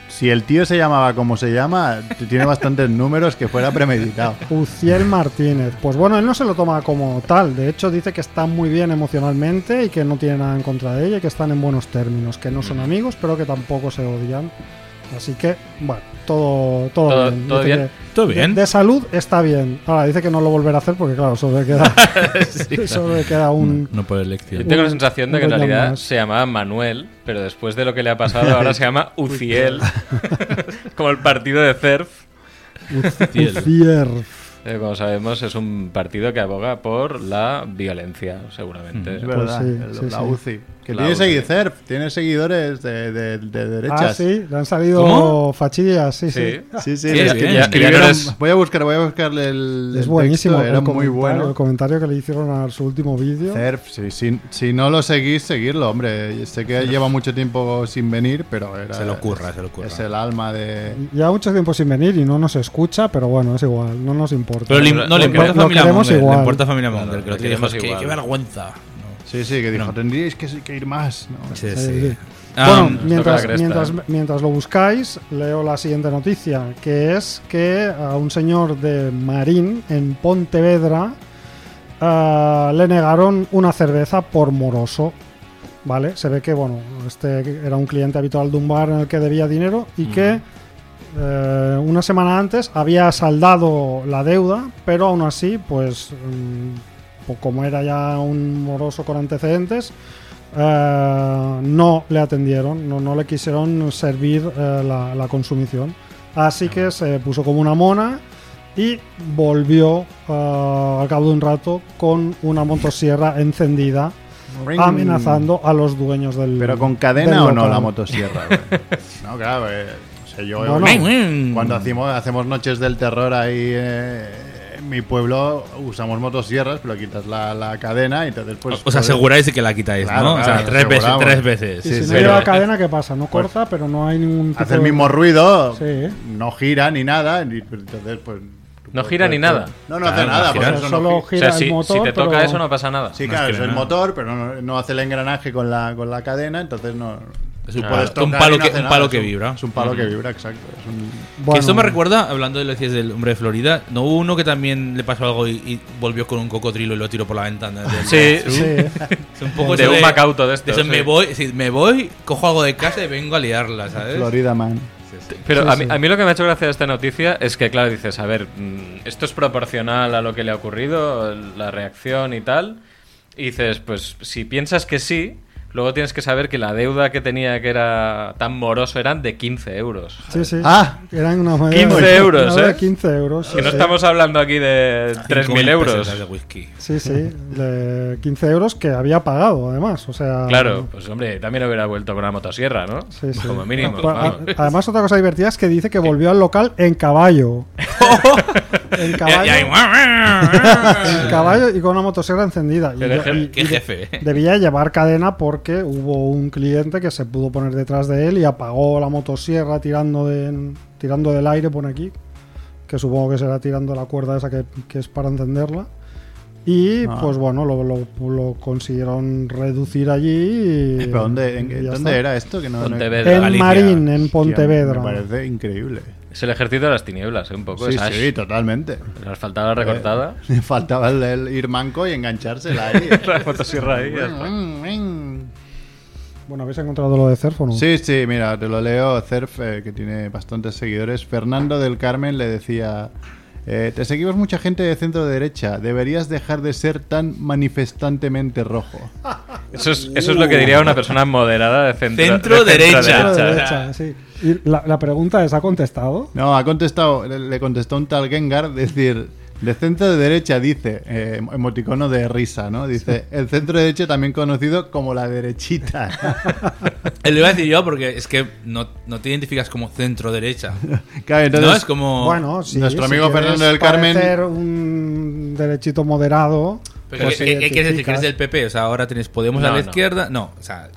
Speaker 3: si el tío se llamaba como se llama, t- tiene bastantes números que fuera premeditado.
Speaker 1: Uciel Martínez. Pues bueno, él no se lo toma como tal. De hecho, dice que está muy bien emocionalmente y que no tiene nada en contra de ella y que están en buenos términos, que no son amigos, pero que tampoco se odian. Así que, bueno, todo, todo,
Speaker 4: Todo-
Speaker 1: bien.
Speaker 4: todo
Speaker 1: Dice
Speaker 4: bien.
Speaker 1: que
Speaker 2: Todo
Speaker 1: de-
Speaker 2: bien.
Speaker 1: De, salud está bien. Ahora dice que no lo volverá a hacer porque, claro, solo le queda, solo le queda un.
Speaker 2: No por
Speaker 4: Yo
Speaker 2: elección.
Speaker 4: tengo la sensación de que en
Speaker 1: Un rollo
Speaker 4: realidad
Speaker 1: más.
Speaker 4: se llamaba Manuel, pero después de lo que le ha pasado ahora se llama Uciel. Como el partido de CERF.
Speaker 2: Uciel.
Speaker 1: Uciel.
Speaker 4: eh, como sabemos, es un partido que aboga por la violencia, seguramente.
Speaker 3: Es
Speaker 1: Mm.
Speaker 3: verdad,
Speaker 1: Pues sí,
Speaker 3: el-
Speaker 1: sí,
Speaker 3: la
Speaker 1: sí.
Speaker 3: UCI. Que
Speaker 4: La
Speaker 3: tiene,
Speaker 4: UCI.
Speaker 3: segui- CERF, tiene seguidores de, de- de derechas.
Speaker 1: Ah, sí, le han salido
Speaker 2: ¿Cómo?
Speaker 1: fachillas, sí, sí.
Speaker 4: Sí.
Speaker 3: Sí, sí,
Speaker 2: Qué
Speaker 3: es
Speaker 2: bien.
Speaker 3: que
Speaker 2: Ya
Speaker 3: escribieron-
Speaker 4: eres-
Speaker 3: voy a buscar, voy a buscarle el,
Speaker 1: Es
Speaker 3: el
Speaker 1: buenísimo.
Speaker 3: texto, era
Speaker 1: el
Speaker 3: muy
Speaker 1: comentario- El
Speaker 3: bueno.
Speaker 1: comentario que le hicieron a su último vídeo.
Speaker 3: Cerf, sí, si, si no lo seguís, seguirlo, hombre. Sé que lleva mucho tiempo sin venir, pero era-
Speaker 2: Se lo curra, se lo curra.
Speaker 3: Es el alma de.
Speaker 1: Ya mucho tiempo sin venir y no nos escucha, pero bueno, es igual, no nos importa.
Speaker 2: Pero le- no le
Speaker 1: Lo-
Speaker 2: importa
Speaker 1: lo
Speaker 2: Familia
Speaker 1: queremos
Speaker 2: Monger. Le
Speaker 1: igual.
Speaker 2: importa Familia Monger.
Speaker 4: Claro,
Speaker 2: que lo
Speaker 4: lo
Speaker 2: que dijo
Speaker 4: queremos
Speaker 2: es que
Speaker 4: igual.
Speaker 2: qué vergüenza. ¿no?
Speaker 3: Sí, sí, que dijo,
Speaker 2: No.
Speaker 3: tendríais que, que ir más. ¿no?
Speaker 2: Sí,
Speaker 1: sí.
Speaker 2: sí.
Speaker 1: Bueno,
Speaker 2: Ah,
Speaker 1: mientras,
Speaker 4: cresta,
Speaker 1: mientras,
Speaker 4: ¿eh?
Speaker 1: mientras lo buscáis, leo la siguiente noticia, que es que a un señor de Marín, en Pontevedra, ah, le negaron una cerveza por moroso. ¿Vale? Se ve que, bueno, este era un cliente habitual de un bar en el que debía dinero y
Speaker 4: Mm.
Speaker 1: que eh, una semana antes había saldado la deuda, pero aún así, pues, mm, po- como era ya un moroso con antecedentes, eh, no le atendieron, no, no le quisieron servir eh, la, la consumición. Así que se puso como una mona y volvió eh, al cabo de un rato con una motosierra encendida amenazando a los dueños del
Speaker 3: ¿Pero con
Speaker 1: del
Speaker 3: cadena o no
Speaker 1: local.
Speaker 3: la motosierra? güey? no, claro, güey. O sea, yo,
Speaker 1: No, no.
Speaker 3: yo-
Speaker 2: Mm.
Speaker 3: Cuando hacemos, hacemos noches del terror ahí eh, en mi pueblo, usamos motosierras, pero quitas la, la cadena y entonces pues...
Speaker 2: Os aseguráis de que la quitáis,
Speaker 3: Claro,
Speaker 2: ¿no? o
Speaker 3: claro,
Speaker 2: sea, tres veces,
Speaker 3: aseguramos.
Speaker 2: tres veces.
Speaker 1: Y si no
Speaker 3: sí.
Speaker 1: lleva
Speaker 3: Pero- Pues
Speaker 1: cadena, ¿qué pasa? No corta, pero no hay ningún tipo
Speaker 3: Hace el
Speaker 1: de-
Speaker 3: mismo ruido,
Speaker 1: Sí.
Speaker 3: no gira ni nada, y entonces pues... tú
Speaker 4: No
Speaker 3: puedes-
Speaker 4: gira ni nada.
Speaker 3: No, no
Speaker 2: Claro,
Speaker 3: hace
Speaker 2: no
Speaker 3: nada, por
Speaker 2: gira.
Speaker 3: eso no
Speaker 1: Solo
Speaker 3: gi-
Speaker 4: O
Speaker 1: gira
Speaker 4: sea,
Speaker 1: el
Speaker 4: si,
Speaker 1: motor,
Speaker 4: si te toca
Speaker 1: pero-
Speaker 4: eso no pasa nada.
Speaker 3: Sí,
Speaker 2: No
Speaker 3: claro,
Speaker 2: gira
Speaker 3: es el
Speaker 2: nada.
Speaker 3: motor, pero no, no hace el engranaje con la, con la cadena, entonces no...
Speaker 2: Es un
Speaker 3: no
Speaker 2: palo-
Speaker 3: puedes
Speaker 2: un
Speaker 3: tocar
Speaker 2: palo
Speaker 3: y no
Speaker 2: que-
Speaker 3: hace
Speaker 2: un
Speaker 3: nada,
Speaker 2: palo
Speaker 3: es
Speaker 2: que vibra.
Speaker 3: Es un palo que vibra, exacto. es un-
Speaker 2: Que
Speaker 1: Bueno,
Speaker 2: esto me recuerda, hablando de lo que decías del hombre de Florida, ¿no hubo uno que también le pasó algo y, y volvió con un cocodrilo y lo tiró por la ventana?
Speaker 4: Sí,
Speaker 1: Sí.
Speaker 2: Es un poco
Speaker 4: De
Speaker 2: eso
Speaker 4: un macauto de estos,
Speaker 2: eso,
Speaker 4: sí.
Speaker 2: me, voy, sí, me voy, cojo algo de casa y vengo a liarla, ¿sabes?
Speaker 3: Florida Man.
Speaker 4: Pero
Speaker 1: Sí,
Speaker 4: a, mí,
Speaker 1: sí.
Speaker 4: a mí lo que me ha hecho gracia de esta noticia es que, claro, dices, a ver, mm, esto es proporcional a lo que le ha ocurrido, la reacción y tal. Y dices, pues si piensas que sí, Luego tienes que saber que la deuda que tenía, que era tan moroso, eran de 15 euros.
Speaker 1: Sí, sí.
Speaker 3: Ah.
Speaker 1: Eran una
Speaker 4: 15 euros,
Speaker 1: moneda de
Speaker 4: ¿eh?
Speaker 1: 15 euros.
Speaker 4: Que no
Speaker 1: sí.
Speaker 4: estamos hablando aquí de 3.000
Speaker 2: 5.000
Speaker 4: euros.
Speaker 2: pesetas de whisky.
Speaker 1: Sí, sí. De 15 euros que había pagado, además. O sea.
Speaker 4: Claro, pues hombre, también hubiera vuelto con una motosierra, ¿no?
Speaker 1: Sí, sí.
Speaker 4: Como mínimo.
Speaker 1: Bueno, a-
Speaker 4: vamos.
Speaker 1: además, otra cosa divertida es que dice que volvió al local en caballo. en caballo.
Speaker 2: Y ahí,
Speaker 1: en caballo y con una motosierra encendida. Y
Speaker 4: Pero
Speaker 1: yo-
Speaker 4: jefe-
Speaker 1: y-
Speaker 2: ¡Qué jefe! eh.
Speaker 1: Debía llevar cadena porque hubo un cliente que se pudo poner detrás de él y apagó la motosierra tirando, de, tirando del aire, pone aquí, que supongo que será tirando la cuerda esa que, que es para encenderla. Y
Speaker 3: Ah.
Speaker 1: pues bueno, lo, lo- lo consiguieron reducir allí. Y,
Speaker 3: Eh, ¿Pero dónde, en-
Speaker 1: y ya
Speaker 3: ¿dónde
Speaker 1: está.
Speaker 3: era esto? Que no, no-
Speaker 4: Pontevedra.
Speaker 1: En
Speaker 2: Galicia.
Speaker 1: Marín, en
Speaker 3: Hostia,
Speaker 1: Pontevedra.
Speaker 3: Me parece increíble.
Speaker 4: Es el ejército de las tinieblas, ¿eh? un poco.
Speaker 3: Sí,
Speaker 4: es Ash.
Speaker 3: sí, totalmente.
Speaker 4: Nos faltaba la recortada.
Speaker 1: Eh.
Speaker 3: Le faltaba el, el ir manco y enganchársela ahí.
Speaker 4: la motosierra ahí. ya está.
Speaker 3: Mm, mm.
Speaker 1: Bueno, ¿habéis encontrado lo de Cerfo? no?
Speaker 3: Sí, sí, mira, te lo leo. Cerf, eh, que tiene bastantes seguidores. Fernando del Carmen le decía: eh, Te seguimos mucha gente de centro derecha. Deberías dejar de ser tan manifestantemente rojo.
Speaker 4: Eso es, eso es lo que diría una persona moderada de centro,
Speaker 2: Centro
Speaker 4: de centro
Speaker 2: derecha.
Speaker 1: Claro,
Speaker 2: Chacha.
Speaker 1: derecha, sí. Y la, la pregunta es, ¿ha contestado?
Speaker 3: No, ha contestado, le- le contestó un tal Gengar, decir, de centro de derecha dice, eh, emoticono de risa, ¿no? Dice, el centro de derecha también conocido como la derechita.
Speaker 2: Eh, Lo iba a decir yo porque es que no, no te identificas como centro-derecha.
Speaker 3: claro, entonces,
Speaker 2: no, es como.
Speaker 1: Bueno, sí.
Speaker 3: nuestro
Speaker 1: si
Speaker 3: amigo
Speaker 1: quieres
Speaker 3: Fernando del Carmen-
Speaker 1: parecer un derechito moderado.
Speaker 2: Pero
Speaker 1: pues
Speaker 2: ¿qué-
Speaker 1: sí,
Speaker 2: qué- qué quieres decir? ¿Que eres
Speaker 1: identificas.
Speaker 2: del PP? O sea, ahora tienes Podemos a
Speaker 4: No,
Speaker 2: la
Speaker 4: no.
Speaker 2: izquierda. No, o sea,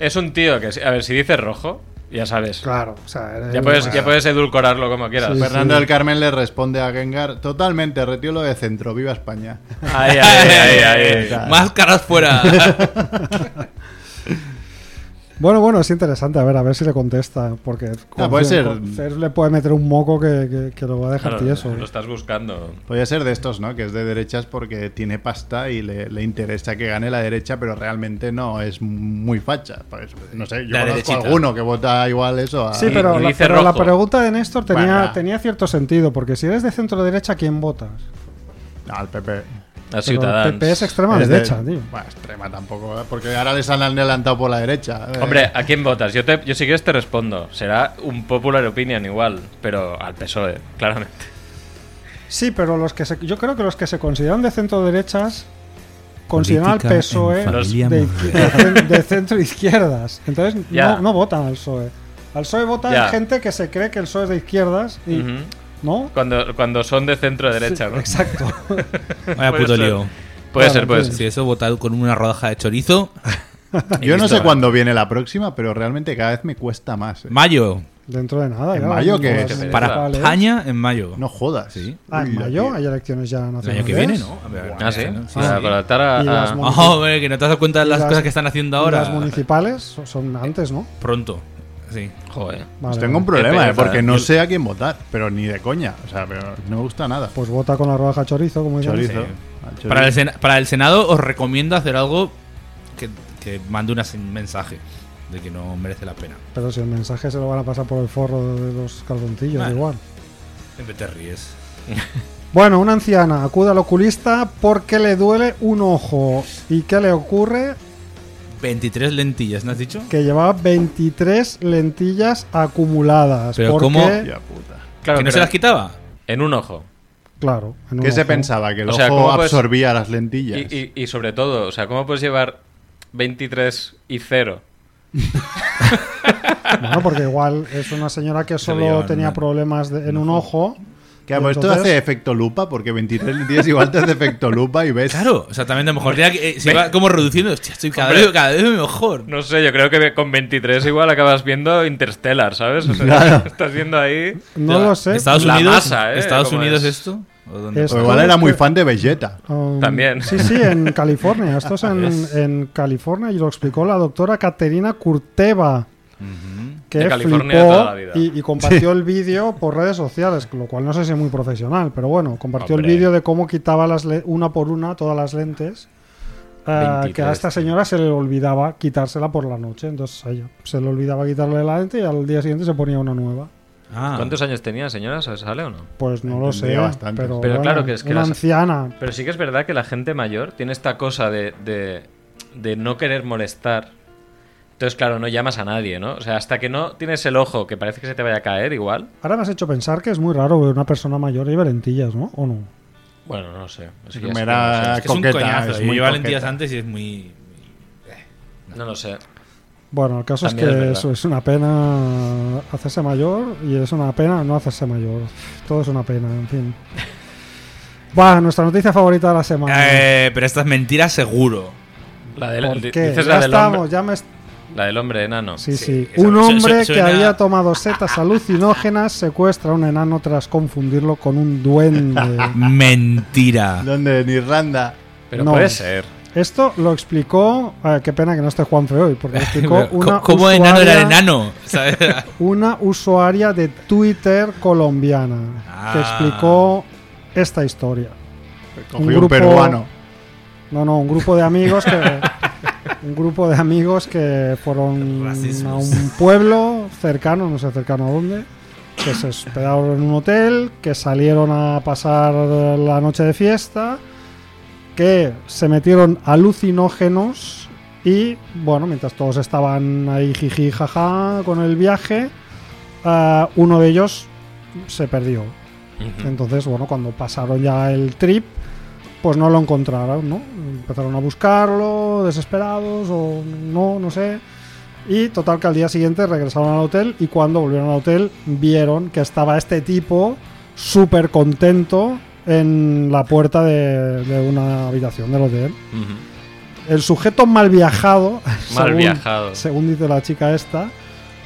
Speaker 4: Es un tío que, si- a ver, si dice rojo, ya sabes.
Speaker 1: Claro, o sea, eres-
Speaker 4: Ya puedes, ya puedes edulcorarlo como quieras.
Speaker 1: Sí,
Speaker 3: Fernando del Carmen le responde a Gengar, totalmente, retiro lo de centro, viva España.
Speaker 4: Ay, ay, ay, ay, ay.
Speaker 2: Máscaras fuera.
Speaker 1: Bueno, bueno, es interesante. A ver, a ver si le contesta. Porque con-
Speaker 3: Ah, puede ser.
Speaker 1: con Cerf le puede meter un moco que, que- que lo va a dejar
Speaker 4: Claro,
Speaker 1: tieso. ¿eh?
Speaker 4: Lo estás buscando.
Speaker 3: Podría ser de estos, ¿no? Que es de derechas porque tiene pasta y le, le interesa que gane la derecha, pero realmente no es muy facha. Pues, no sé, yo
Speaker 2: La
Speaker 3: conozco
Speaker 2: derechita.
Speaker 3: alguno que vota igual eso a...
Speaker 1: Sí,
Speaker 4: Y-
Speaker 1: pero,
Speaker 4: y
Speaker 1: la,
Speaker 4: dice
Speaker 1: pero la
Speaker 4: rojo.
Speaker 1: pregunta de Néstor tenía,
Speaker 3: Barra.
Speaker 1: tenía cierto sentido. Porque si eres de centro derecha, ¿a quién votas?
Speaker 3: al PP.
Speaker 4: A
Speaker 1: Pero el
Speaker 4: Ciudadanos.
Speaker 1: PP es extrema
Speaker 3: Es de-
Speaker 1: derecha, tío.
Speaker 3: Bueno, extrema tampoco, ¿eh? porque ahora les han adelantado por la derecha. Eh,
Speaker 4: Hombre, ¿a quién votas? Yo, te, yo si quieres te respondo. Será un popular opinion igual, pero al PSOE, E, claramente.
Speaker 1: Sí, pero los que se- yo creo que los que se consideran de centro derechas consideran al
Speaker 2: Política en
Speaker 1: PSOE
Speaker 2: familia
Speaker 1: E de,
Speaker 2: mujer.
Speaker 1: de cen- de centro izquierdas. Entonces
Speaker 4: Ya.
Speaker 1: no, no votan al PSOE. E. Al PSOE vota
Speaker 4: Ya.
Speaker 1: gente que se cree que el PSOE E es de izquierdas y
Speaker 4: Ujú.
Speaker 1: no.
Speaker 4: cuando, cuando son de centro-derecha, ¿no?
Speaker 1: Exacto.
Speaker 2: Vaya
Speaker 4: Puede
Speaker 2: puto
Speaker 4: ser.
Speaker 2: lío.
Speaker 4: Puede
Speaker 1: Claro,
Speaker 4: ser, puede
Speaker 1: sí.
Speaker 4: ser.
Speaker 2: Si eso votado con una rodaja de chorizo.
Speaker 3: yo no sé
Speaker 2: Listo.
Speaker 3: cuándo viene la próxima, pero realmente cada vez me cuesta más. eh.
Speaker 2: Mayo.
Speaker 1: Dentro de nada.
Speaker 3: ¿En
Speaker 1: ya,
Speaker 3: mayo
Speaker 1: no
Speaker 3: qué?
Speaker 1: las
Speaker 3: Qué pereza.
Speaker 2: Para
Speaker 1: municipales.
Speaker 2: España en mayo.
Speaker 3: No jodas.
Speaker 2: Sí.
Speaker 1: Ah, en
Speaker 3: Uy, la
Speaker 1: mayo
Speaker 3: tía.
Speaker 1: hay elecciones ya
Speaker 2: El
Speaker 1: nacionales.
Speaker 2: año que viene, ¿no? A ver,
Speaker 4: Ah, sí.
Speaker 2: ¿no? Sí,
Speaker 4: Para
Speaker 2: sí.
Speaker 4: conectar a-
Speaker 1: Y las
Speaker 4: a-
Speaker 1: mon-
Speaker 2: Ojo, hombre, que no te has dado cuenta de las,
Speaker 1: Y las-
Speaker 2: cosas que están haciendo
Speaker 1: Y
Speaker 2: ahora.
Speaker 1: Las municipales son- son antes, ¿no?
Speaker 2: Pronto. Sí.
Speaker 4: Joder.
Speaker 1: Vale,
Speaker 3: Pues tengo un
Speaker 1: vale.
Speaker 3: problema,
Speaker 4: Qué
Speaker 3: eh, porque
Speaker 4: pereza.
Speaker 3: no sé a quién votar, pero ni de coña. O sea, pero no me gusta nada.
Speaker 1: Pues vota con la rodaja chorizo, como dicen.
Speaker 3: Chorizo.
Speaker 2: Sí.
Speaker 3: Ah, chorizo.
Speaker 2: Para el, Sena- para el Senado os recomiendo hacer algo que, que mande una- un mensaje de que no merece la pena.
Speaker 1: Pero si el mensaje se lo van a pasar por el forro de los calzoncillos,
Speaker 2: Bueno.
Speaker 1: igual.
Speaker 2: Siempre te ríes.
Speaker 1: Bueno, una anciana acude al oculista porque le duele un ojo. ¿Y qué le ocurre?
Speaker 2: 23 lentillas, ¿no has dicho?
Speaker 1: Que llevaba 23 lentillas acumuladas.
Speaker 2: Pero
Speaker 1: porque,
Speaker 2: ¿cómo?
Speaker 3: Hostia puta.
Speaker 4: Claro,
Speaker 2: ¿Que no
Speaker 4: pero
Speaker 2: se las quitaba?
Speaker 4: en un ojo.
Speaker 1: Claro. en un
Speaker 3: ¿Qué se
Speaker 1: ojo.
Speaker 3: pensaba? Que el
Speaker 4: O sea,
Speaker 3: ojo
Speaker 4: ¿cómo puedes-
Speaker 3: absorbía las lentillas.
Speaker 4: Y, y- y sobre todo, o sea, ¿cómo puedes llevar 23 y 0?
Speaker 1: Bueno, porque igual es una señora que solo
Speaker 2: llevan
Speaker 1: tenía
Speaker 2: una-
Speaker 1: problemas de- en un ojo.
Speaker 3: Claro,
Speaker 1: y
Speaker 3: pues esto
Speaker 1: entonces-
Speaker 3: hace efecto lupa, porque 23 lentillas igual te hace efecto lupa y ves.
Speaker 2: Claro, o sea, también a lo mejor tenía que- eh, se iba como reduciendo. Hostia, estoy cada
Speaker 4: Hombre.
Speaker 2: vez, cada vez mejor.
Speaker 4: No sé, yo creo que con 23 igual acabas viendo Interstellar, ¿sabes? O sea, estás viendo ahí...
Speaker 1: No
Speaker 2: Ya,
Speaker 1: lo sé.
Speaker 2: ¿Estados
Speaker 4: La
Speaker 2: Unidos,
Speaker 4: masa, ¿eh?
Speaker 2: ¿Estados
Speaker 4: ¿Cómo
Speaker 2: Unidos
Speaker 4: es?
Speaker 2: esto? ¿O dónde?
Speaker 1: Es-
Speaker 3: O igual era muy fan de Vegeta.
Speaker 1: Um,
Speaker 4: También.
Speaker 1: Sí, sí, en California. Esto es en, en California y lo explicó la doctora Caterina Curteva. Que
Speaker 4: De California
Speaker 1: flipó
Speaker 4: toda la vida.
Speaker 1: Y, y compartió el vídeo por redes sociales, lo cual no sé si es muy profesional, pero bueno, compartió
Speaker 4: Hombre.
Speaker 1: el vídeo de cómo quitaba las le- una por una todas las lentes. ah,
Speaker 4: 23,
Speaker 1: que a esta señora se le olvidaba quitársela por la noche, entonces a ella se le olvidaba quitarle la lente y al día siguiente se ponía una nueva.
Speaker 2: Ah,
Speaker 4: ¿Cuántos años tenía, señora? ¿Sabes, ¿Sale o no?
Speaker 1: Pues no lo sé,
Speaker 3: Entendió bastante.
Speaker 1: pero,
Speaker 4: Pero
Speaker 1: bueno,
Speaker 4: claro que es que
Speaker 1: una
Speaker 4: las-
Speaker 1: anciana.
Speaker 4: Pero sí que es verdad que la gente mayor tiene esta cosa de, de, de no querer molestar Entonces, claro, no llamas a nadie, ¿no? O sea, hasta que no tienes el ojo que parece que se te vaya a caer igual.
Speaker 1: Ahora me has hecho pensar que es muy raro ver una persona mayor y valentillas, ¿no? ¿O no?
Speaker 4: Bueno, no sé. Eso
Speaker 3: que
Speaker 4: ya
Speaker 3: me
Speaker 4: sí
Speaker 3: era-
Speaker 4: que no lo sé.
Speaker 2: Es que es un
Speaker 3: coqueta,
Speaker 2: coñazo.
Speaker 3: es
Speaker 2: Yo
Speaker 3: muy
Speaker 2: llevaba lentillas
Speaker 3: coqueta.
Speaker 2: antes y es muy.
Speaker 4: No lo sé.
Speaker 1: Bueno, el caso es
Speaker 4: También es
Speaker 1: que
Speaker 4: verdad.
Speaker 1: es, es una pena hacerse mayor y es una pena no hacerse mayor. Todo es una pena, en fin. Va, nuestra noticia favorita de la semana.
Speaker 2: Eh, pero esta es mentira seguro.
Speaker 4: La del,
Speaker 1: ¿Por
Speaker 4: di-
Speaker 1: qué?
Speaker 4: Dices
Speaker 1: Ya
Speaker 4: la del,
Speaker 1: estamos,
Speaker 4: hombre,
Speaker 1: ya me... est-
Speaker 4: la del hombre enano.
Speaker 1: Sí, sí.
Speaker 2: Sí, eso-
Speaker 1: Un
Speaker 2: eso-
Speaker 1: hombre
Speaker 2: eso-
Speaker 1: que
Speaker 2: suena-
Speaker 1: había tomado setas alucinógenas secuestra a un enano tras confundirlo con un duende.
Speaker 2: Mentira.
Speaker 3: ¿Dónde? En Irlanda.
Speaker 4: Pero
Speaker 1: No.
Speaker 4: puede ser.
Speaker 1: Esto lo explicó... eh, qué pena que no esté Juanfe hoy, porque lo explicó
Speaker 2: Pero,
Speaker 1: una
Speaker 2: ¿Cómo cómo enano era
Speaker 1: usuaria-
Speaker 2: el enano? ¿Sabes?
Speaker 1: una usuaria de Twitter colombiana que
Speaker 2: Ah.
Speaker 1: explicó esta historia.
Speaker 3: Cogí
Speaker 1: Un
Speaker 3: un,
Speaker 1: grupo-
Speaker 3: peruano.
Speaker 1: No, no, un grupo de amigos que un grupo de amigos que fueron
Speaker 2: Racismos.
Speaker 1: a un pueblo cercano, no sé cercano a dónde, que se hospedaron en un hotel, que salieron a pasar la noche de fiesta, que se metieron alucinógenos y bueno, mientras todos estaban ahí jiji jaja con el viaje, ah, uno de ellos se perdió.
Speaker 4: Ujú.
Speaker 1: Entonces, bueno, cuando pasaron ya el trip, pues no lo encontraron, ¿no? Empezaron a buscarlo, desesperados o no, no sé. Y total que al día siguiente regresaron al hotel y cuando volvieron al hotel vieron que estaba este tipo súper contento en la puerta de, de una habitación del hotel.
Speaker 4: Ujú.
Speaker 1: El sujeto mal viajado,
Speaker 4: Mal viajado.
Speaker 1: según dice la chica esta,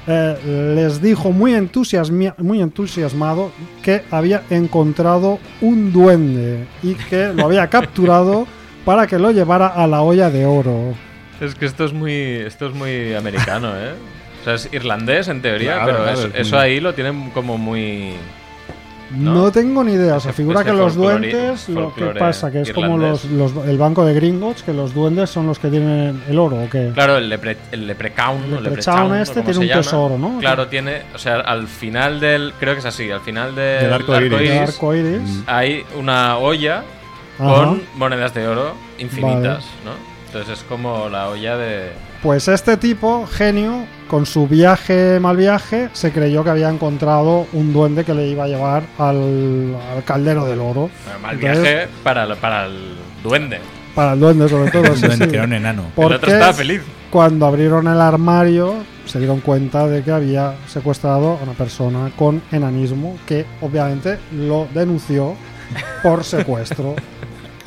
Speaker 1: eh, les dijo muy, entusiasmi- muy entusiasmado que había encontrado un duende y que lo había capturado para que lo llevara a la olla de oro.
Speaker 4: Es que esto es muy, esto es muy americano, ¿eh? O sea, es irlandés en teoría,
Speaker 3: Claro,
Speaker 4: pero
Speaker 3: claro,
Speaker 4: eso,
Speaker 3: es
Speaker 4: eso
Speaker 3: muy-
Speaker 4: ahí lo tienen como muy...
Speaker 1: No,
Speaker 4: No.
Speaker 1: tengo ni idea, o sea,
Speaker 4: Ese-
Speaker 1: figura
Speaker 4: ese
Speaker 1: que los
Speaker 4: folclore-
Speaker 1: duendes, lo que
Speaker 4: folclore
Speaker 1: pasa, que es como los,
Speaker 4: irlandés.
Speaker 1: los- el banco de gringos, que los duendes son los que tienen el oro, ¿o qué?
Speaker 4: Claro, el, lepre, el leprechaun,
Speaker 1: El
Speaker 4: o
Speaker 1: leprechaun
Speaker 4: leprechaun,
Speaker 1: este
Speaker 4: o como
Speaker 1: tiene
Speaker 4: se
Speaker 1: un
Speaker 4: llama.
Speaker 1: tesoro, ¿no?
Speaker 4: Claro, tiene... O sea, al final del... Creo que es así, al final del
Speaker 3: Del arco iris.
Speaker 1: El
Speaker 4: arcoiris
Speaker 1: arco
Speaker 3: Mm.
Speaker 1: iris.
Speaker 4: hay una olla
Speaker 1: Ajá.
Speaker 4: Mm. con monedas de oro infinitas, ¿no? Entonces es como la olla de...
Speaker 1: Pues este tipo, genio, con su viaje, mal viaje, se creyó que había encontrado un duende que le iba a llevar al, al caldero del oro.
Speaker 4: Bueno, mal
Speaker 1: Entonces,
Speaker 4: viaje para, la- para el duende.
Speaker 1: Para el duende, sobre todo. sí,
Speaker 2: Duende,
Speaker 1: sí.
Speaker 2: que era un enano.
Speaker 4: El otro
Speaker 1: Porque
Speaker 4: estaba feliz.
Speaker 1: cuando abrieron el armario se dieron cuenta de que había secuestrado a una persona con enanismo que obviamente lo denunció por secuestro.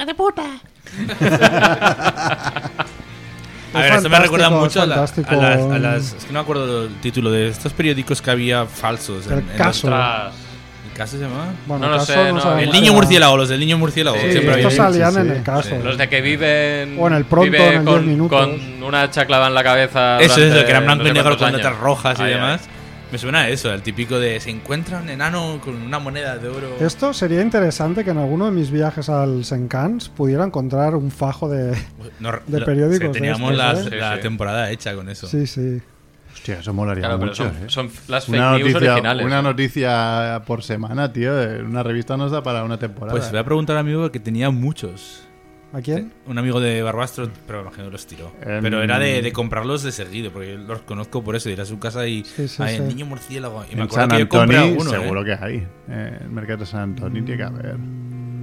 Speaker 2: A ver, esto me
Speaker 1: fantástico,
Speaker 2: recuerda mucho a,
Speaker 1: es
Speaker 2: la-
Speaker 1: fantástico.
Speaker 2: a las, a las- Es que no me acuerdo el título de estos periódicos que había falsos.
Speaker 1: El caso.
Speaker 4: Ostras.
Speaker 2: ¿El caso se llamaba?
Speaker 1: Bueno,
Speaker 4: No lo
Speaker 1: caso
Speaker 4: sé, no,
Speaker 1: sabemos
Speaker 2: El
Speaker 1: si
Speaker 2: niño
Speaker 1: era-
Speaker 2: murciélago, los del niño murciélago.
Speaker 3: Sí,
Speaker 2: siempre había
Speaker 1: Estos
Speaker 3: sí,
Speaker 1: salían
Speaker 3: sí,
Speaker 1: en
Speaker 3: sí.
Speaker 1: el caso.
Speaker 2: Sí,
Speaker 4: Los de que viven.
Speaker 1: O en el pronto,
Speaker 4: vive
Speaker 1: en el 10
Speaker 4: con,
Speaker 1: minutos.
Speaker 4: con una hacha clavada en la cabeza.
Speaker 2: Eso,
Speaker 4: durante
Speaker 2: eso, que eran blanco
Speaker 4: no sé
Speaker 2: y negro
Speaker 4: cuántos
Speaker 2: con
Speaker 4: años.
Speaker 2: letras rojas
Speaker 4: Ay,
Speaker 2: y
Speaker 4: ay.
Speaker 2: demás. Me suena a eso, al típico de se encuentra un enano con una moneda de oro.
Speaker 1: Esto sería interesante que en alguno de mis viajes al Senkans pudiera encontrar un fajo de...
Speaker 2: No,
Speaker 1: de
Speaker 2: lo-
Speaker 1: periódicos
Speaker 2: que
Speaker 1: de
Speaker 2: teníamos
Speaker 1: estos,
Speaker 2: la,
Speaker 1: ¿eh?
Speaker 4: Sí,
Speaker 2: la
Speaker 4: sí.
Speaker 2: temporada hecha con eso.
Speaker 1: Sí, sí.
Speaker 3: Hostia, eso molaría
Speaker 4: Claro, pero
Speaker 3: mucho.
Speaker 4: son,
Speaker 3: ¿eh?
Speaker 4: son las fake
Speaker 3: Una
Speaker 4: news
Speaker 3: noticia,
Speaker 4: originales. ¿eh?
Speaker 3: una noticia por semana, tío. eh, Una revista nos da para una temporada.
Speaker 2: Pues voy a preguntar a mi amigo que tenía muchos.
Speaker 1: ¿A quién?
Speaker 2: Un amigo de Barbastro, pero imagino que los tiró.
Speaker 3: Em.
Speaker 2: Pero era de, de comprarlos de seguido, porque yo los conozco por eso. Ir a su casa y.
Speaker 1: Sí, sí,
Speaker 2: "Ay, el
Speaker 1: sí.
Speaker 2: niño murciélago. Y me
Speaker 3: en
Speaker 2: acuerdo
Speaker 3: San
Speaker 2: que yo compré
Speaker 3: Antonio
Speaker 2: alguno.
Speaker 3: seguro
Speaker 2: ¿eh?
Speaker 3: que hay. Eh, el mercado de San Antonio
Speaker 4: Mm.
Speaker 3: tiene que haber.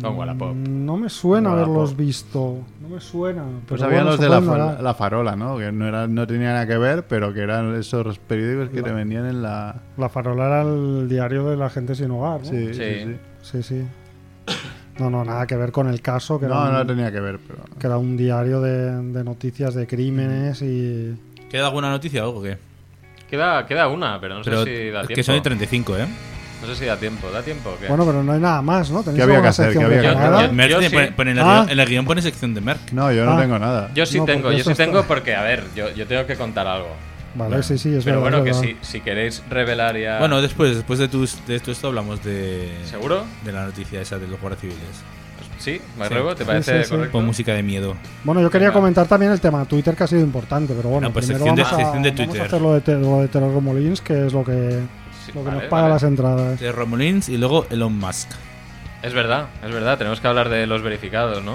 Speaker 4: Con Wallapop.
Speaker 1: Mm, No me suena
Speaker 3: Guapo.
Speaker 1: haberlos visto. No me suena. Pero
Speaker 3: Pues había
Speaker 1: bueno,
Speaker 3: los
Speaker 1: se
Speaker 3: de la,
Speaker 1: pueden
Speaker 3: fa-
Speaker 1: dar.
Speaker 3: la farola, ¿no? Que no, era, no tenían nada que ver, pero que eran esos periódicos que
Speaker 1: La-
Speaker 3: te vendían en la...
Speaker 1: La farola era el diario de la gente sin hogar, ¿no?
Speaker 3: Sí, sí,
Speaker 4: Sí.
Speaker 3: sí.
Speaker 1: sí. sí. No, no, nada que ver con el caso, que,
Speaker 3: No,
Speaker 1: era,
Speaker 3: no
Speaker 1: un,
Speaker 3: tenía que ver, pero...
Speaker 1: que era un diario de, de noticias de crímenes y...
Speaker 2: ¿Queda alguna noticia o algo que?
Speaker 4: Queda, queda una, pero no
Speaker 2: Pero
Speaker 4: sé si da
Speaker 2: es
Speaker 4: tiempo.
Speaker 2: que son de 35, ¿eh?
Speaker 4: No sé si da tiempo. ¿Da tiempo? o qué?
Speaker 1: Bueno, pero no hay nada más, ¿no? ¿Tenéis
Speaker 3: ¿Qué había
Speaker 1: alguna
Speaker 3: que hacer?
Speaker 1: sección
Speaker 3: ¿Qué había que
Speaker 4: hacer?
Speaker 1: preparada?
Speaker 4: Yo-
Speaker 2: Merck
Speaker 4: yo
Speaker 2: tiene-
Speaker 4: sí.
Speaker 2: pone- pone en, el
Speaker 1: Ah.
Speaker 2: guión, en el guión pone sección de Merck.
Speaker 3: No, yo
Speaker 1: Ah.
Speaker 3: no tengo nada.
Speaker 4: yo sí
Speaker 1: no,
Speaker 4: tengo,
Speaker 1: porque
Speaker 4: yo
Speaker 1: eso
Speaker 4: sí
Speaker 1: está-
Speaker 4: tengo porque, a ver, yo, yo tengo que contar algo.
Speaker 1: Vale, sí, sí, es verdad,
Speaker 4: Pero bueno,
Speaker 1: es
Speaker 4: que
Speaker 1: verdad.
Speaker 4: si, si queréis revelar ya.
Speaker 2: Bueno, después, después de, tus, de esto, esto hablamos de.
Speaker 4: Ah. ¿Seguro?
Speaker 2: De la noticia esa de los guardias civiles.
Speaker 4: ¿Sí? ¿Me
Speaker 2: Sí.
Speaker 4: ruego? ¿Te
Speaker 1: Sí,
Speaker 4: parece
Speaker 1: sí, sí.
Speaker 4: correcto?
Speaker 2: Con música de miedo.
Speaker 1: Bueno, yo quería
Speaker 4: Venga.
Speaker 1: comentar también el tema de Twitter que ha sido importante, pero bueno,
Speaker 2: No, pues
Speaker 1: primero
Speaker 2: sección de-
Speaker 1: vamos, a,
Speaker 2: sección de
Speaker 1: vamos a
Speaker 2: Twitter.
Speaker 1: hacer lo de, te- lo de Terror Molins, que es lo que,
Speaker 4: Sí,
Speaker 1: lo que
Speaker 4: vale,
Speaker 1: nos paga
Speaker 4: vale.
Speaker 1: las entradas.
Speaker 2: De Romulins y luego Elon Musk.
Speaker 4: Es verdad, es verdad, tenemos que hablar de los verificados, ¿no?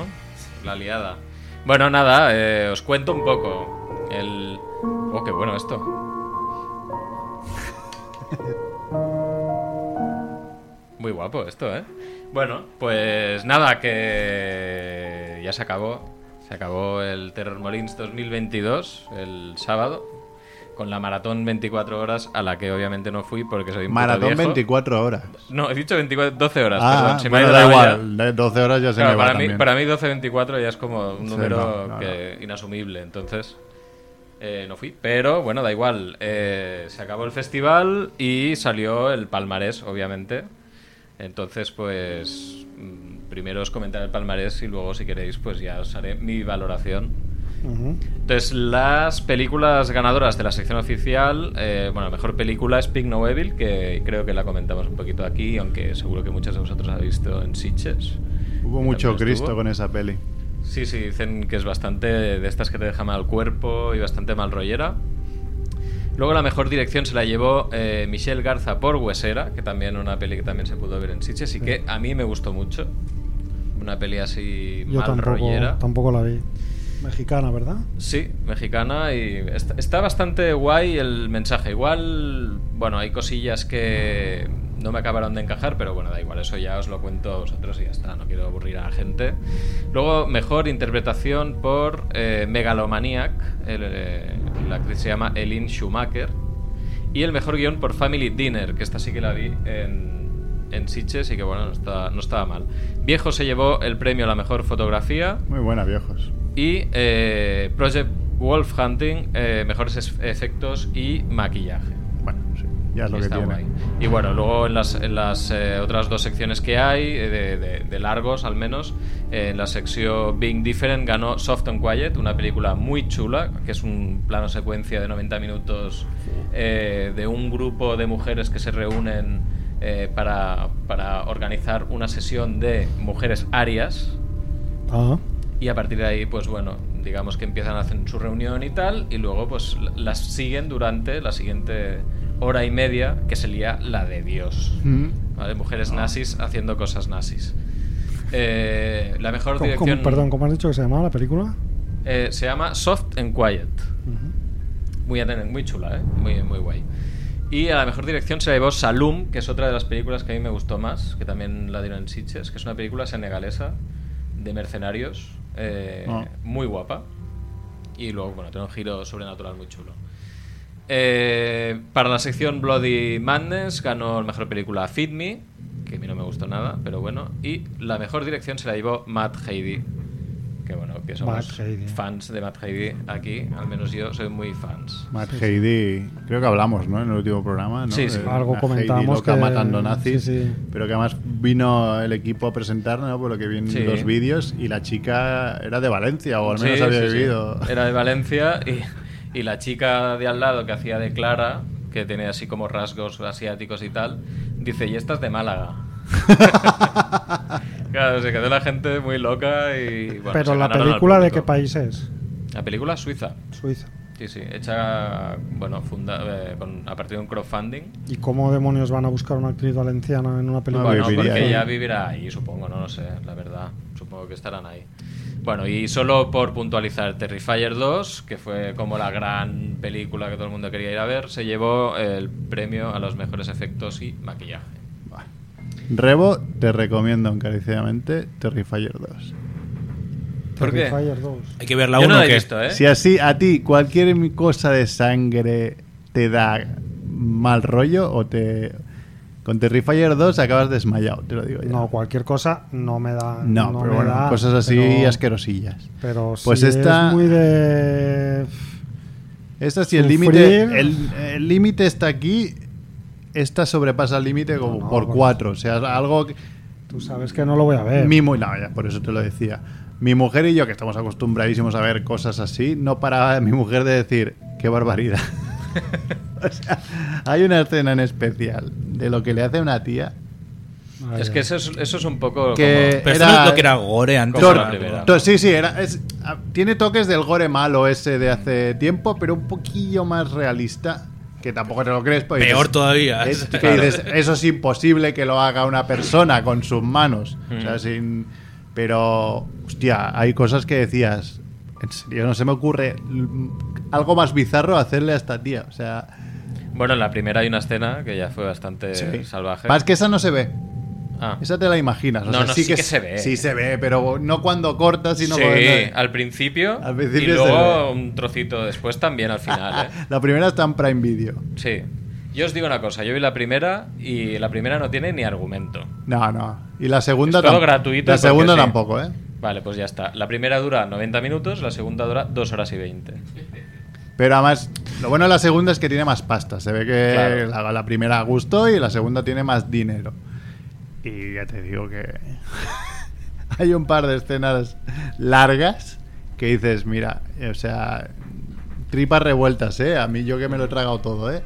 Speaker 4: La liada. Bueno, nada, eh, os cuento un poco. El Oh, qué bueno esto. Muy guapo esto, ¿eh? Bueno, pues nada, que ya se acabó. Se acabó el Terror Molins 2022 el sábado con la maratón 24 horas a la que obviamente no fui porque soy un puto
Speaker 3: Maratón
Speaker 4: viejo.
Speaker 3: 24 horas.
Speaker 4: No, he dicho 24, 12 horas,
Speaker 3: Ah,
Speaker 4: perdón, se me
Speaker 3: bueno,
Speaker 4: ha
Speaker 3: da
Speaker 4: ido la olla.
Speaker 3: igual. de 12 horas ya se
Speaker 4: Claro,
Speaker 3: me va
Speaker 4: para, mí,
Speaker 3: también.
Speaker 4: para mí 12-24 ya es como un
Speaker 3: Sí,
Speaker 4: número
Speaker 3: no, no,
Speaker 4: que- inasumible, entonces eh, no fui. Pero bueno, da igual. eh, se acabó el festival y salió el palmarés, obviamente. Entonces, pues mm, primero os comentaré el palmarés y luego, si queréis, pues ya os haré mi valoración.
Speaker 1: Ujú.
Speaker 4: Entonces, las películas ganadoras de la sección oficial, eh, bueno, la mejor película es Pig No Evil, que creo que la comentamos un poquito aquí, aunque seguro que muchos de vosotros habéis visto en Sitches.
Speaker 3: Hubo mucho
Speaker 4: También
Speaker 3: Cristo
Speaker 4: estuvo.
Speaker 3: con esa peli.
Speaker 4: Sí, sí, dicen que es bastante de estas que te deja mal cuerpo y bastante mal rollera. Luego la mejor dirección se la llevó eh, Michelle Garza por Huesera, que también una peli que también se pudo ver en Sitges y que a mí me gustó mucho. Una peli así
Speaker 1: Yo
Speaker 4: mal
Speaker 1: tampoco,
Speaker 4: rollera.
Speaker 1: tampoco la vi. Mexicana, ¿verdad?
Speaker 4: Sí, mexicana y está, está bastante guay el mensaje. Igual, bueno, hay cosillas que no me acabaron de encajar, pero bueno, da igual, eso ya os lo cuento a vosotros y ya está, no quiero aburrir a la gente. Luego, mejor interpretación por eh, Megalomaniac, el, eh, la actriz se llama Eileen Schumacher. Y el mejor guión por Family Dinner, que esta sí que la vi en, en Sitges y que bueno, no, está- no estaba mal. Viejo se llevó el premio a la mejor fotografía.
Speaker 3: Muy buena, viejos.
Speaker 4: Y eh, Project Wolf Hunting, eh, mejores es- efectos y maquillaje.
Speaker 3: Bueno, sí, ya es lo
Speaker 4: Y
Speaker 3: que
Speaker 4: está
Speaker 3: tiene.
Speaker 4: guay. Y bueno, luego en las, en las eh, otras dos secciones que hay, eh, de, de- de largos al menos, eh, en la sección Being Different ganó Soft and Quiet, una película muy chula, que es un plano secuencia de 90 minutos eh, de un grupo de mujeres que se reúnen eh, para, para organizar una sesión de mujeres arias.
Speaker 1: Ah,
Speaker 4: Y a partir de ahí, pues bueno, digamos que empiezan a hacer su reunión y tal, y luego pues l- las siguen durante la siguiente hora y media, que sería la de Dios.
Speaker 3: Mm.
Speaker 4: ¿Vale?
Speaker 1: Ah.
Speaker 4: Mujeres nazis haciendo cosas nazis. Eh, la mejor
Speaker 1: ¿Cómo- cómo-
Speaker 4: dirección
Speaker 1: perdón, ¿cómo has dicho que se llamaba la película?
Speaker 4: eh, se llama Soft and Quiet.
Speaker 1: Ujú.
Speaker 4: Muy, aten- muy chula, ¿eh? Muy, muy guay. Y a la mejor dirección se la llevó Saloom, que es otra de las películas que a mí me gustó más, que también la dieron en Sitges, que es una película senegalesa de mercenarios, eh,
Speaker 3: Ah.
Speaker 4: muy guapa. Y luego, bueno, tiene un giro sobrenatural muy chulo. Eh, para la sección Bloody Madness ganó la mejor película Feed Me, que a mí no me gustó nada, pero bueno. Y la mejor dirección se la llevó Matt Heidi, que bueno, que somos
Speaker 1: Matt Heidi.
Speaker 4: fans de Matt Heidi aquí, al menos yo soy muy fans.
Speaker 3: Matt Heidi, creo que hablamos, ¿no? En el último programa, ¿no?
Speaker 4: Sí, sí.
Speaker 3: De
Speaker 1: Algo
Speaker 3: una Heidi
Speaker 1: comentamos
Speaker 3: loca
Speaker 1: que-
Speaker 3: matando nazis,
Speaker 1: sí, sí.
Speaker 3: pero que además vino el equipo a presentar, ¿no? Por lo que vi en
Speaker 4: Sí.
Speaker 3: los vídeos y la chica era de Valencia o al menos
Speaker 4: Sí,
Speaker 3: había
Speaker 4: sí, Eh. sí.
Speaker 3: vivido.
Speaker 4: Era de Valencia y, y la chica de al lado que hacía de Clara, que tiene así como rasgos asiáticos y tal, dice, y esta es de Málaga. claro, se quedó la gente muy loca y... bueno,
Speaker 1: Pero
Speaker 4: se
Speaker 1: la
Speaker 4: ganaron al
Speaker 1: película de
Speaker 4: público.
Speaker 1: qué país es?
Speaker 4: La película es suiza.
Speaker 1: Suiza.
Speaker 4: Sí, sí, hecha bueno, funda, eh, con- a partir de un crowdfunding.
Speaker 1: ¿Y cómo demonios van a buscar una actriz valenciana en una película?
Speaker 4: Bueno,
Speaker 3: viviría ¿eh?
Speaker 4: porque
Speaker 3: ahí.
Speaker 4: ella vivirá ahí, supongo, no lo sé, la verdad. Supongo que estarán ahí. Bueno, y solo por puntualizar, Terrifier 2, que fue como la gran película que todo el mundo quería ir a ver, se llevó el premio a los mejores efectos y maquillaje.
Speaker 3: Rebo, te recomiendo encarecidamente Terrifier 2.
Speaker 4: ¿Por qué?
Speaker 1: Terrifier 2.
Speaker 2: Hay que ver la
Speaker 4: Yo
Speaker 2: 1
Speaker 4: no la he
Speaker 2: que
Speaker 4: visto, ¿eh?
Speaker 3: Si así a ti cualquier cosa de sangre te da mal rollo o te... Con Terrifier 2 acabas desmayado, te lo digo ya.
Speaker 1: No, cualquier cosa no me da.
Speaker 3: No,
Speaker 1: no
Speaker 3: pero
Speaker 1: me
Speaker 3: bueno,
Speaker 1: da,
Speaker 3: cosas así
Speaker 1: pero-
Speaker 3: asquerosillas.
Speaker 1: Pero
Speaker 3: Pues
Speaker 1: sí
Speaker 3: esta-
Speaker 1: es muy de.
Speaker 3: Esta sí, el
Speaker 1: Sufrir.
Speaker 3: límite el, el límite está aquí. Esta sobrepasa el límite como
Speaker 1: No, no, Eh.
Speaker 3: por
Speaker 1: porque-
Speaker 3: cuatro. O sea, algo que...
Speaker 1: Tú sabes que no lo voy a ver.
Speaker 3: Mi, mu- no, ya, por eso te lo decía. Mi mujer y yo, que estamos acostumbradísimos a ver cosas así, no paraba mi mujer de decir, qué barbaridad. o sea, hay una escena en especial de lo que le hace una tía.
Speaker 1: Ay,
Speaker 4: Es que eso es, eso es un poco...
Speaker 3: Que-
Speaker 4: como-
Speaker 2: Pero
Speaker 3: Era-
Speaker 2: eso no es lo que era Gore antes.
Speaker 4: Como
Speaker 3: Tor-
Speaker 2: de
Speaker 4: la primera.
Speaker 3: to- sí, sí, era, es- a- tiene toques del gore malo ese de hace tiempo, pero un poquillo más realista, que tampoco te lo crees. pues dices,
Speaker 2: Peor todavía.
Speaker 3: Es- que dices, eso es imposible que lo haga una persona con sus manos. O sea, sin- pero, hostia, hay cosas que decías, en serio, no se me ocurre mm, algo más bizarro hacerle a esta tía. O sea,
Speaker 4: Bueno, en la primera hay una escena que ya fue bastante
Speaker 3: Sí.
Speaker 4: Eh, salvaje.
Speaker 3: más que esa no se ve.
Speaker 4: Ah.
Speaker 3: Esa te la imaginas. O
Speaker 4: No,
Speaker 3: sea,
Speaker 4: no, sí que se ve.
Speaker 3: Sí se ve, pero no cuando cortas, sino
Speaker 4: sí,
Speaker 3: cuando...
Speaker 4: al principio.
Speaker 3: Al principio
Speaker 4: y
Speaker 3: se
Speaker 4: luego un trocito después también al final, ¿eh?
Speaker 3: La primera está en Prime Video.
Speaker 4: Sí. Yo os digo una cosa, yo vi la primera y la primera no tiene ni argumento.
Speaker 3: No, no. Y la segunda
Speaker 4: Es todo
Speaker 3: tam-
Speaker 4: gratuito
Speaker 3: La
Speaker 4: porque
Speaker 3: segunda
Speaker 4: sí.
Speaker 3: tampoco, ¿eh?
Speaker 4: Vale, pues ya está. La primera dura 90 minutos, la segunda dura 2 horas y 20.
Speaker 3: Pero además, lo bueno de la segunda es que tiene más pasta. Se ve que
Speaker 4: Claro.
Speaker 3: la, la primera gustó y la segunda tiene más dinero. Y ya te digo que hay un par de escenas largas que dices, mira, o sea, tripas revueltas, ¿eh? A mí yo que me lo he tragado todo, ¿eh?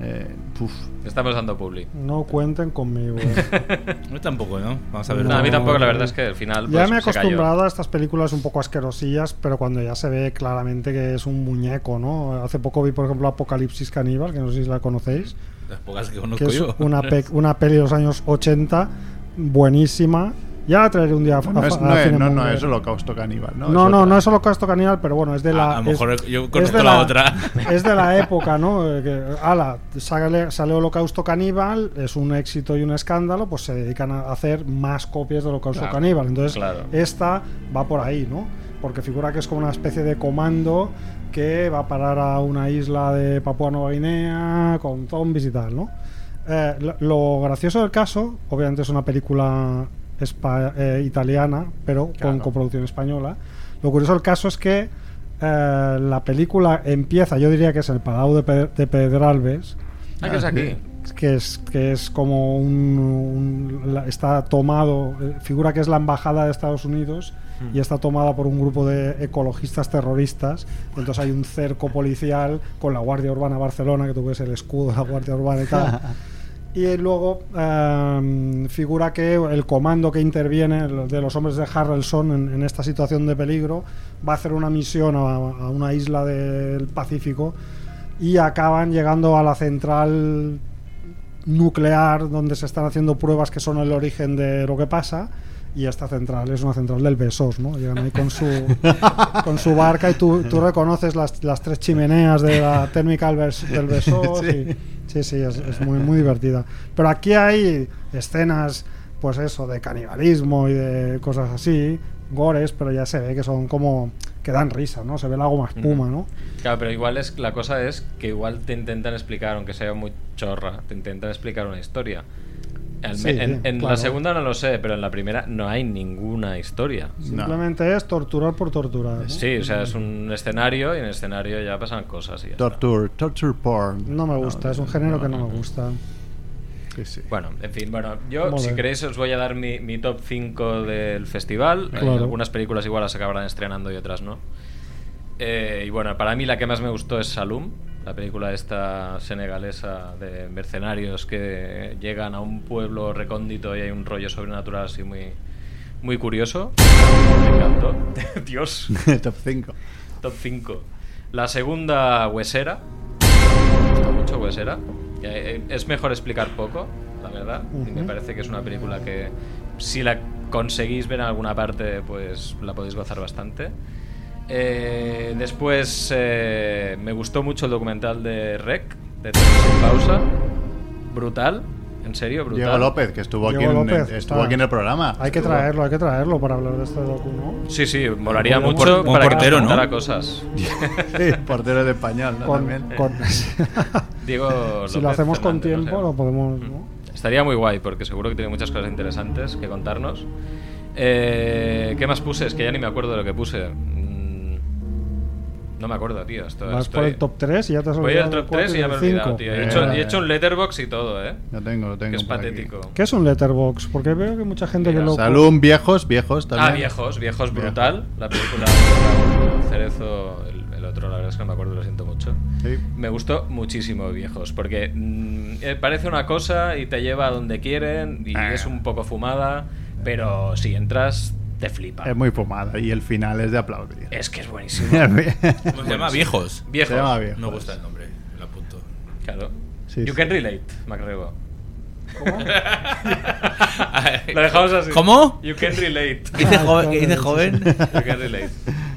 Speaker 3: Eh, puf.
Speaker 4: Estamos dando publi.
Speaker 1: No cuenten conmigo. eh.
Speaker 2: No, tampoco, ¿no? Vamos a ver.
Speaker 4: No, a mí
Speaker 1: No,
Speaker 4: tampoco,
Speaker 1: no.
Speaker 4: la verdad es que al final.
Speaker 1: ya
Speaker 4: pues,
Speaker 1: me he
Speaker 4: se cayó.
Speaker 1: acostumbrado a estas películas un poco asquerosillas, pero cuando ya se ve claramente que es un muñeco, ¿no? Hace poco vi, por ejemplo, Apocalipsis Caníbal, que no sé si la conocéis.
Speaker 2: Las pocas que
Speaker 1: que
Speaker 2: conozco
Speaker 1: es
Speaker 2: yo.
Speaker 1: una, pe- una peli de los años 80, buenísima. Ya la traeré un día a,
Speaker 3: No,
Speaker 1: a-
Speaker 3: es,
Speaker 1: a
Speaker 3: no, es,
Speaker 1: Cine
Speaker 3: no, no,
Speaker 1: Monger.
Speaker 3: es holocausto caníbal, ¿no?
Speaker 1: eh. No,
Speaker 3: Es
Speaker 1: no,
Speaker 3: otra.
Speaker 1: no es holocausto caníbal, pero bueno, es de la.
Speaker 2: A- a lo
Speaker 1: es-
Speaker 2: mejor yo
Speaker 1: es
Speaker 2: conozco
Speaker 1: de
Speaker 2: la otra.
Speaker 1: Es de la época, ¿no? Eh, Que, ala, sale, sale Holocausto Caníbal, es un éxito y un escándalo, pues se dedican a hacer más copias de Holocausto
Speaker 4: Claro,
Speaker 1: Caníbal. Entonces,
Speaker 4: claro.
Speaker 1: esta va por ahí, ¿no? Porque figura que es como una especie de comando que va a parar a una isla de Papua Nueva Guinea con zombies y tal, ¿no? Eh, lo, lo gracioso del caso, obviamente es una película espa- eh, italiana, pero con
Speaker 3: Claro.
Speaker 1: coproducción española. Lo curioso del caso es que eh, la película empieza, yo diría que es el Palau de, Pe- de Pedralbes,
Speaker 4: Ah, que es aquí.
Speaker 1: que es, que es como un, un- la- está tomado, eh, figura que es la embajada de Estados Unidos y está tomada por un grupo de ecologistas terroristas. Entonces hay un cerco policial con la Guardia Urbana Barcelona, que tú ves el escudo de la Guardia Urbana y tal. Y luego ehm, figura que el comando que interviene el de los hombres de Harrelson en, en esta situación de peligro va a hacer una misión a, a una isla del Pacífico y acaban llegando a la central nuclear donde se están haciendo pruebas que son el origen de lo que pasa y esta central es una central del Besos, ¿no? Llegan ahí con su, con su barca y tú, tú reconoces las, las tres chimeneas de la térmica del Bes- del Besos. y- sí, sí, es, es muy, muy divertida. Pero aquí hay escenas, pues eso, de canibalismo y de cosas así, gores, pero ya se ve que son como que dan risa, ¿no? Se ve la goma espuma, ¿no?
Speaker 4: Claro, pero igual es la cosa es que igual te intentan explicar, aunque sea muy chorra, te intentan explicar una historia. Al
Speaker 1: Sí,
Speaker 4: me-
Speaker 1: sí,
Speaker 4: en en
Speaker 1: claro.
Speaker 4: la segunda no lo sé, pero en la primera no hay ninguna historia.
Speaker 1: Simplemente es torturar por torturar. ¿no?
Speaker 4: Sí, o sea, es un escenario y en el escenario ya pasan cosas. Y ya está.
Speaker 3: Torture, torture porn.
Speaker 1: No me gusta, es un género que no me gusta.
Speaker 3: Sí, sí.
Speaker 4: Bueno, en fin, bueno, yo
Speaker 1: Muy
Speaker 4: si
Speaker 1: bien.
Speaker 4: queréis os voy a dar mi, mi top 5 del festival. Hay
Speaker 1: Claro.
Speaker 4: algunas películas igual las acabarán estrenando y otras no. Eh, y bueno, para mí la que más me gustó es Salum, la película esta senegalesa de mercenarios que llegan a un pueblo recóndito y hay un rollo sobrenatural así muy, muy curioso. Me encantó. Dios.
Speaker 3: Top 5.
Speaker 4: Top 5. La segunda, Huesera. Me gusta mucho Huesera. Eh, eh, Es mejor explicar poco, la verdad. Y me
Speaker 1: Ujú.
Speaker 4: parece que es una película que, si la conseguís ver en alguna parte, pues la podéis gozar bastante. Eh, después, eh, me gustó mucho el documental de Rec, de Todos en Pausa. Brutal, en serio, brutal.
Speaker 3: Diego López, que estuvo, aquí,
Speaker 1: Diego
Speaker 3: en,
Speaker 1: López,
Speaker 3: estuvo
Speaker 1: claro.
Speaker 3: aquí en el programa.
Speaker 1: Hay que
Speaker 3: Estuvo-
Speaker 1: traerlo, hay que traerlo para hablar de este docu, ¿no?
Speaker 4: Sí, sí, molaría
Speaker 1: Como
Speaker 4: mucho
Speaker 2: por-
Speaker 4: para que
Speaker 2: portero,
Speaker 4: nos
Speaker 2: ¿no?
Speaker 4: contara cosas.
Speaker 3: Sí, portero de español, ¿no?
Speaker 1: Con,
Speaker 4: eh,
Speaker 3: También.
Speaker 1: con-
Speaker 4: Diego
Speaker 1: si lo
Speaker 4: López
Speaker 1: hacemos con
Speaker 4: Fernández, no
Speaker 1: tiempo,
Speaker 4: sé. Mm,
Speaker 1: lo podemos. ¿no?
Speaker 4: Estaría muy guay, porque seguro que tiene muchas cosas interesantes que contarnos. Eh, ¿Qué más puse? Es que ya ni me acuerdo de lo que puse. Mm, No me acuerdo, tío. Esto,
Speaker 1: Vas
Speaker 4: estoy-
Speaker 1: por el top 3 y ya te has
Speaker 4: Voy
Speaker 1: olvidado.
Speaker 4: al
Speaker 1: del
Speaker 4: top
Speaker 1: cuatro
Speaker 4: 3 y ya me he
Speaker 1: del
Speaker 4: olvidado,
Speaker 1: cinco.
Speaker 4: tío. He
Speaker 3: Eh.
Speaker 4: hecho, he hecho un letterbox y todo, ¿eh?
Speaker 3: Lo tengo, lo tengo.
Speaker 4: Que es
Speaker 3: por aquí.
Speaker 4: patético.
Speaker 1: ¿Qué es un letterbox? Porque veo que mucha gente
Speaker 4: Mira,
Speaker 1: que lo.
Speaker 3: Salud, viejos, viejos también.
Speaker 4: Ah, viejos, viejos
Speaker 3: Viejo.
Speaker 4: brutal. La película Cerezo, el, el otro, la verdad es que no me acuerdo, lo siento mucho.
Speaker 3: Sí.
Speaker 4: Me gustó muchísimo Viejos, porque mm, eh, parece una cosa y te lleva a donde quieren y es un poco fumada, pero si entras, te flipa.
Speaker 3: Es muy fumada y el final es de aplaudir.
Speaker 4: Es que es buenísimo.
Speaker 2: ¿Cómo se llama? Viejos.
Speaker 4: Viejos.
Speaker 3: Se llama Viejos.
Speaker 2: Me gusta el nombre. Lo apunto.
Speaker 4: Claro.
Speaker 3: Sí, sí.
Speaker 4: you can relate, MacRebo. Lo dejamos así.
Speaker 2: ¿Cómo?
Speaker 4: You can relate.
Speaker 2: ¿Qué dice joven? ¿Qué dice joven?
Speaker 4: You can relate.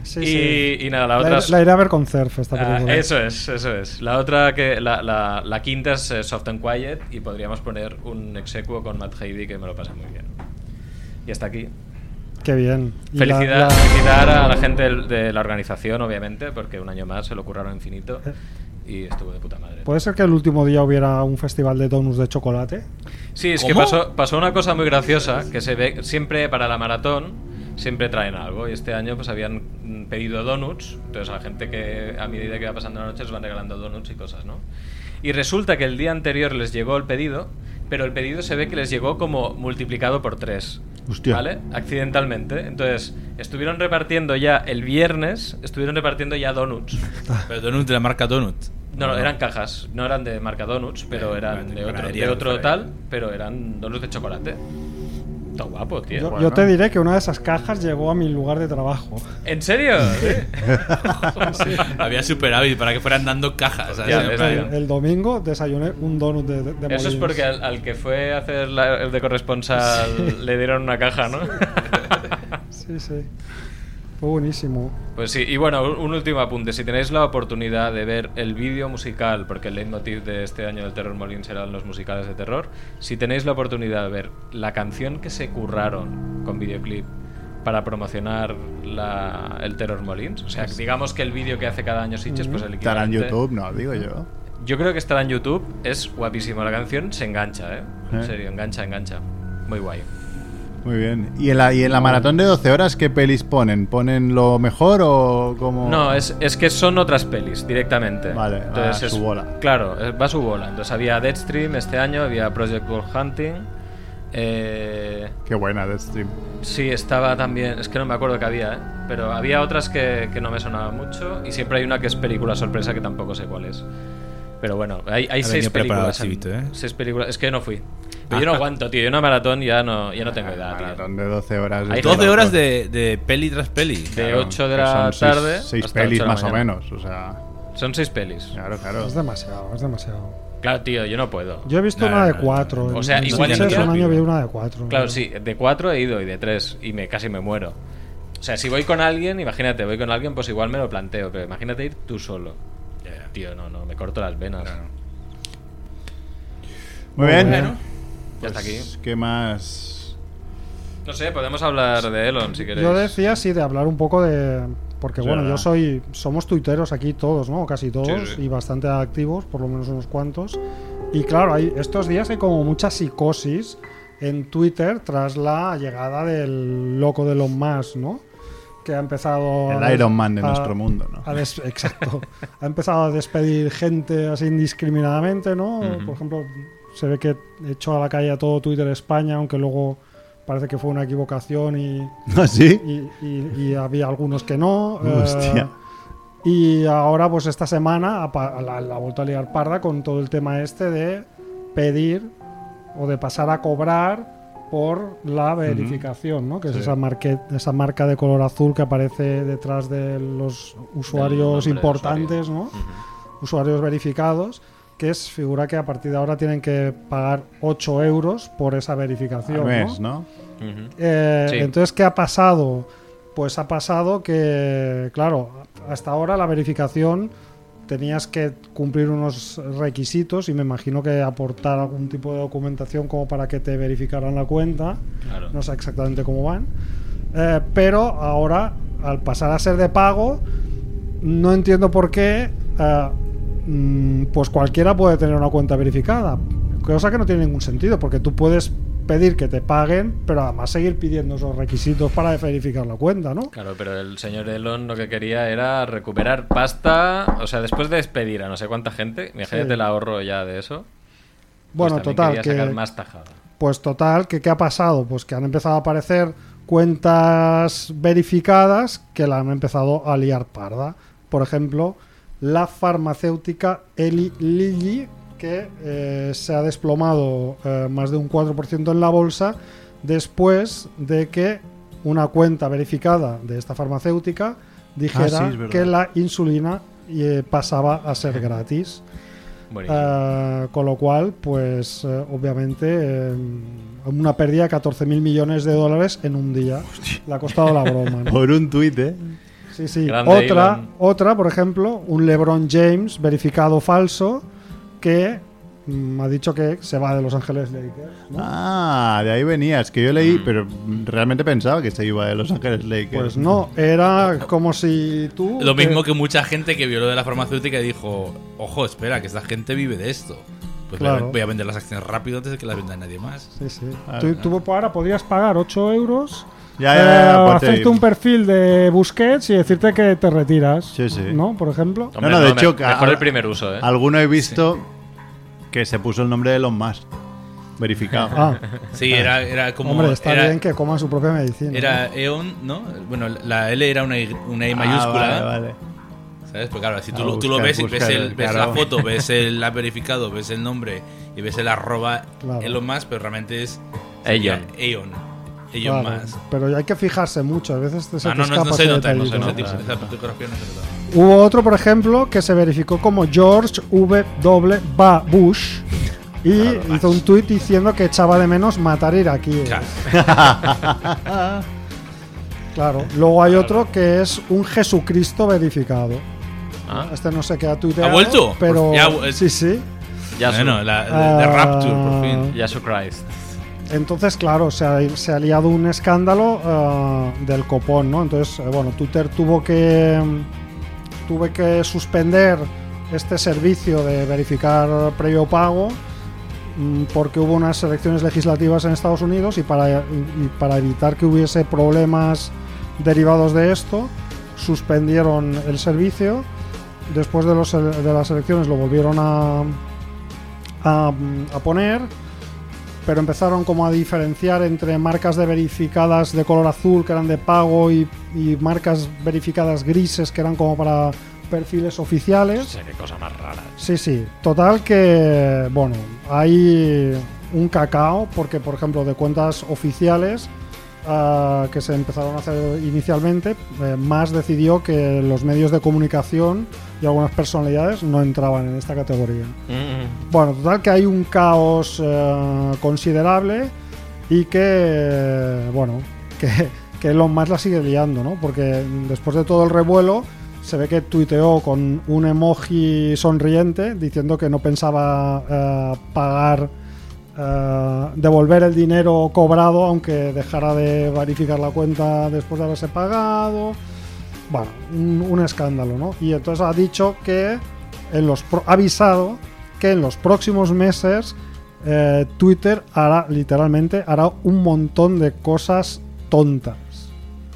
Speaker 1: Sí,
Speaker 4: y,
Speaker 1: sí.
Speaker 4: y nada, la
Speaker 1: La,
Speaker 4: otra.
Speaker 1: ir- la iré a ver con Cerf esta
Speaker 4: Ah,
Speaker 1: película.
Speaker 4: eso es, eso es. La otra que. La, la- la quinta es eh, Soft and Quiet y podríamos poner un execuo con Matt Heidi que me lo pasa muy bien. Y hasta aquí.
Speaker 1: Qué bien. Y la-
Speaker 4: Felicidad,
Speaker 1: la-
Speaker 4: felicitar a la gente del- de la organización, obviamente, porque un año más se lo curraron infinito y estuvo de puta
Speaker 1: eh,
Speaker 4: madre.
Speaker 1: ¿Puede ser que el último día hubiera un festival de donuts de chocolate?
Speaker 4: Sí, es que
Speaker 2: ¿Cómo?
Speaker 4: pasó, pasó una cosa muy graciosa, que se ve siempre para la maratón, siempre traen algo. Y este año pues habían mm, pedido donuts, entonces a la gente que a medida que va pasando la noche les van regalando donuts y cosas, ¿no? Y resulta que el día anterior les llegó el pedido, pero el pedido se ve que les llegó como multiplicado por tres.
Speaker 3: Hostia.
Speaker 4: ¿Vale? Accidentalmente. Entonces, estuvieron repartiendo ya el viernes, estuvieron repartiendo ya donuts.
Speaker 2: Pero Donut de la marca Donut.
Speaker 4: No, no, eran cajas, no eran de marca Donuts, pero
Speaker 2: Eh,
Speaker 4: eran de
Speaker 2: de
Speaker 4: otro,
Speaker 2: panadería,
Speaker 4: de otro
Speaker 2: de
Speaker 4: tal, pero eran donuts de chocolate. Está guapo, tío.
Speaker 1: Yo,
Speaker 3: bueno.
Speaker 1: yo te diré que una de esas cajas llegó a mi lugar de trabajo.
Speaker 4: ¿En serio?
Speaker 2: Había superado y para que fueran dando cajas. ¿sabes?
Speaker 4: Ya,
Speaker 2: En
Speaker 4: es
Speaker 2: plan,
Speaker 4: verdad.
Speaker 1: El, el domingo desayuné un donut de, de
Speaker 4: Eso
Speaker 1: Molins.
Speaker 4: es porque al, al que fue a hacer la- el de corresponsal le dieron una caja, ¿no?
Speaker 1: Sí, sí. Fue buenísimo.
Speaker 4: Pues sí, y bueno, un un último apunte. Si tenéis la oportunidad de ver el vídeo musical, porque el leitmotiv de este año del Terror Molín serán los musicales de terror, si tenéis la oportunidad de ver la canción que se curraron con videoclip para promocionar la- el Terror Molins, o sea, digamos que el vídeo que hace cada año Sitges, pues el
Speaker 3: Estará en
Speaker 4: equivalente-
Speaker 3: YouTube, no, digo yo.
Speaker 4: Yo creo que estará en YouTube, es guapísimo. La canción se engancha, ¿eh? En
Speaker 3: Eh.
Speaker 4: serio, engancha, engancha. Muy guay.
Speaker 3: Muy bien. ¿Y en, la, ¿Y en la maratón de 12 horas qué pelis ponen? ¿Ponen lo mejor o como.?
Speaker 4: No, es, es que son otras pelis directamente.
Speaker 3: Vale, va a su
Speaker 4: es-
Speaker 3: bola.
Speaker 4: Claro, eh, va a su bola. Entonces había Deadstream este año, había Project Wolf Hunting. eh,
Speaker 3: Qué buena Death Stream.
Speaker 4: sí, estaba también. Es que no me acuerdo que había, ¿eh? pero había otras que, que no me sonaban mucho. Y siempre hay una que es película sorpresa que tampoco sé cuál es. Pero bueno, hay, hay
Speaker 2: Ha
Speaker 4: seis
Speaker 2: venido preparado
Speaker 4: películas. en-
Speaker 2: Chivito, ¿eh?
Speaker 4: Seis películas. Es que yo no fui. Pero yo no aguanto, tío. Yo una maratón ya no, ya no tengo edad. tío.
Speaker 3: Ah. maratón de 12 horas.
Speaker 4: Hay
Speaker 3: es
Speaker 2: 12
Speaker 3: loco.
Speaker 2: horas de, de peli tras peli.
Speaker 4: De
Speaker 3: Claro,
Speaker 4: 8 de
Speaker 3: que
Speaker 4: la
Speaker 3: son seis-
Speaker 4: tarde.
Speaker 3: Seis
Speaker 4: hasta
Speaker 3: pelis
Speaker 4: 8 de la
Speaker 3: más o
Speaker 4: mañana.
Speaker 3: menos. O sea,
Speaker 4: Son seis pelis.
Speaker 3: claro, claro.
Speaker 1: Es demasiado, es demasiado.
Speaker 4: Claro, tío, yo no puedo.
Speaker 1: Yo he visto
Speaker 2: No,
Speaker 1: una
Speaker 2: no,
Speaker 1: de
Speaker 2: no,
Speaker 1: cuatro.
Speaker 4: no. O sea,
Speaker 1: En
Speaker 4: igual
Speaker 1: Sitges
Speaker 4: ni yo.
Speaker 1: un año vi una de cuatro.
Speaker 4: Claro, sí, de cuatro he ido y de tres y me casi me muero. O sea, si voy con alguien, imagínate, voy con alguien, pues igual me lo planteo, pero imagínate ir tú solo. Tío, no, no, me corto las venas.
Speaker 3: Muy bien.
Speaker 1: Bueno.
Speaker 4: Ya está aquí.
Speaker 3: Pues, ¿Qué más?
Speaker 4: No sé, podemos hablar de Elon si queréis.
Speaker 1: Yo decía, sí, de hablar un poco de. Porque
Speaker 3: Es
Speaker 1: bueno,
Speaker 3: verdad.
Speaker 1: yo soy. Somos tuiteros aquí todos, ¿no? Casi todos.
Speaker 4: Sí, sí.
Speaker 1: Y bastante activos, por lo menos unos cuantos. Y claro, hay, estos días hay como mucha psicosis en Twitter tras la llegada del loco de Elon Musk, ¿no? Que ha empezado. a-
Speaker 3: El Iron Man de
Speaker 1: a-
Speaker 3: nuestro mundo, ¿no?
Speaker 1: Ha des- Exacto. ha empezado a despedir gente así indiscriminadamente, ¿no? Por ejemplo, se ve que echó a la calle a todo Twitter España, aunque luego parece que fue una equivocación y,
Speaker 3: ¿Ah, sí?
Speaker 1: y, y- y había algunos que no. eh,
Speaker 3: Hostia.
Speaker 1: y ahora, pues esta semana, ha pa- la, la ha vuelto a liar parda con todo el tema este de pedir o de pasar a cobrar por la verificación, ¿no? Que es
Speaker 3: Sí.
Speaker 1: esa, marque- esa marca de color azul que aparece detrás de los usuarios
Speaker 4: nombre del
Speaker 1: importantes, ¿no? Usuarios verificados, que es figura que a partir de ahora tienen que pagar 8 euros por esa verificación.
Speaker 3: Al
Speaker 1: ¿no?
Speaker 3: mes, ¿no?
Speaker 4: Ujú.
Speaker 1: Eh,
Speaker 4: Sí.
Speaker 1: Entonces, ¿qué ha pasado? Pues ha pasado que, claro, hasta ahora la verificación tenías que cumplir unos requisitos y me imagino que aportar algún tipo de documentación como para que te verificaran la cuenta.
Speaker 4: Claro.
Speaker 1: No sé exactamente cómo van. Eh, pero ahora, al pasar a ser de pago, no entiendo por qué, eh, mm, pues cualquiera puede tener una cuenta verificada. Cosa que no tiene ningún sentido, porque tú puedes pedir que te paguen, pero además seguir pidiendo esos requisitos para verificar la cuenta, ¿no?
Speaker 4: Claro, pero el señor Elon lo que quería era recuperar pasta, o sea, después de despedir a no sé cuánta gente, imagínate
Speaker 1: Sí.
Speaker 4: el ahorro ya de eso. pues
Speaker 1: Bueno,
Speaker 4: también
Speaker 1: total,
Speaker 4: quería sacar
Speaker 1: que-
Speaker 4: más tajada.
Speaker 1: Pues total, que ¿qué ha pasado? Pues que han empezado a aparecer cuentas verificadas que la han empezado a liar parda. Por ejemplo, la farmacéutica Eli Lilly, que eh, se ha desplomado eh, más de un 4% en la bolsa después de que una cuenta verificada de esta farmacéutica dijera
Speaker 3: Ah, sí, es verdad.
Speaker 1: que la insulina eh, pasaba a ser gratis.
Speaker 4: Buenísimo.
Speaker 1: Ah, con lo cual, pues eh, obviamente, eh, una pérdida de 14 mil millones de dólares en un día. Le ha costado la broma. ¿no?
Speaker 3: Por un tuit, ¿eh?
Speaker 1: Sí, sí.
Speaker 4: Grande,
Speaker 1: otra,
Speaker 4: Elon.
Speaker 1: otra, por ejemplo, un LeBron James verificado falso que mm, ha dicho que se va de Los Ángeles Lakers. ¿no? Mm.
Speaker 3: Ah, de ahí venías, que yo leí, pero realmente pensaba que se iba de Los Ángeles Lakers.
Speaker 1: Pues no, era como si tú.
Speaker 2: Lo
Speaker 1: te-
Speaker 2: mismo que mucha gente que vio lo de la farmacéutica y dijo, ojo, espera, que esta gente vive de esto. Pues voy a-
Speaker 1: Claro.
Speaker 2: voy a vender las acciones rápido antes de que las venda nadie más.
Speaker 1: Sí, sí.
Speaker 3: Ah,
Speaker 1: tú,
Speaker 3: ah.
Speaker 1: tú ahora podrías pagar 8 euros.
Speaker 3: Ya, ya, ya,
Speaker 1: eh,
Speaker 3: ponte
Speaker 1: hacerte
Speaker 3: ahí.
Speaker 1: un perfil de Busquets y decirte que te retiras.
Speaker 3: Sí, sí.
Speaker 1: ¿No? Por ejemplo.
Speaker 4: Hombre,
Speaker 3: no, de
Speaker 4: me-
Speaker 3: hecho,
Speaker 4: mejor
Speaker 3: a-
Speaker 4: el primer uso, ¿eh?
Speaker 3: Alguno he visto que se puso el nombre de Elon Musk. Verificado.
Speaker 1: Ah,
Speaker 2: Sí, era, era como...
Speaker 1: hombre, está
Speaker 2: era-
Speaker 1: bien que coma su propia medicina.
Speaker 2: Era E.ON, ¿no? Bueno, la L era una Y, una y
Speaker 3: Ah,
Speaker 2: mayúscula,
Speaker 4: ¿eh?
Speaker 3: vale, vale.
Speaker 2: ¿sabes? Pues claro, si tú,
Speaker 3: Ah,
Speaker 2: lo- tú lo
Speaker 3: buscar,
Speaker 2: ves y ves,
Speaker 3: buscar,
Speaker 2: el- ves
Speaker 3: claro.
Speaker 2: la foto, ves el app verificado, ves el nombre y ves el arroba
Speaker 1: Claro.
Speaker 2: Elon más, pero realmente es
Speaker 4: Elon.
Speaker 2: Eon.
Speaker 1: Claro,
Speaker 2: más.
Speaker 1: Pero hay que fijarse mucho, a veces te se
Speaker 2: Ah,
Speaker 1: te
Speaker 2: no, no,
Speaker 1: escapa
Speaker 2: no se
Speaker 1: ese
Speaker 2: nota, no se
Speaker 1: detallito.
Speaker 2: nota. tipo, Esa fotografía no se nota.
Speaker 1: Hubo otro, por ejemplo, que se verificó como George W. Ba Bush y hizo un tuit diciendo que echaba de menos matar iraquíes.
Speaker 2: Claro.
Speaker 1: Claro. Luego hay otro que es un Jesucristo verificado.
Speaker 4: Ah,
Speaker 1: Este no se queda tuiteado.
Speaker 2: ¿Ha vuelto? Pues
Speaker 1: Pero
Speaker 2: Ya eh, ha vu-
Speaker 1: sí, sí.
Speaker 4: Yasu,
Speaker 2: Bueno, la, la- la
Speaker 1: Ah.
Speaker 2: Rapture, por fin.
Speaker 4: Yasu Christ.
Speaker 1: Entonces, claro, se ha, se ha liado un escándalo ah, del copón, ¿no? Entonces, eh, bueno, Twitter tuvo que mm, tuve que suspender este servicio de verificar previo pago mm, porque hubo unas elecciones legislativas en Estados Unidos y para, y- y para evitar que hubiese problemas derivados de esto, suspendieron el servicio. Después de, los, ele- de las elecciones lo volvieron a, a, a poner pero empezaron como a diferenciar entre marcas de verificadas de color azul que eran de pago y, y marcas verificadas grises que eran como para perfiles oficiales.
Speaker 4: Hostia, qué cosa más rara.
Speaker 1: Sí, sí. Total que, bueno, hay un cacao porque, por ejemplo, de cuentas oficiales ah, que se empezaron a hacer inicialmente, eh, más decidió que los medios de comunicación y algunas personalidades no entraban en esta categoría.
Speaker 4: Mm,
Speaker 1: Bueno, total que hay un caos eh, considerable y que, eh, bueno, que, que Elon Musk la sigue liando, ¿no? Porque después de todo el revuelo se ve que tuiteó con un emoji sonriente diciendo que no pensaba eh, pagar, eh, devolver el dinero cobrado aunque dejara de verificar la cuenta después de haberse pagado bueno, un, un escándalo, ¿no? Y entonces ha dicho que en los pro- ha avisado que en los próximos meses eh, Twitter hará literalmente hará un montón de cosas tontas,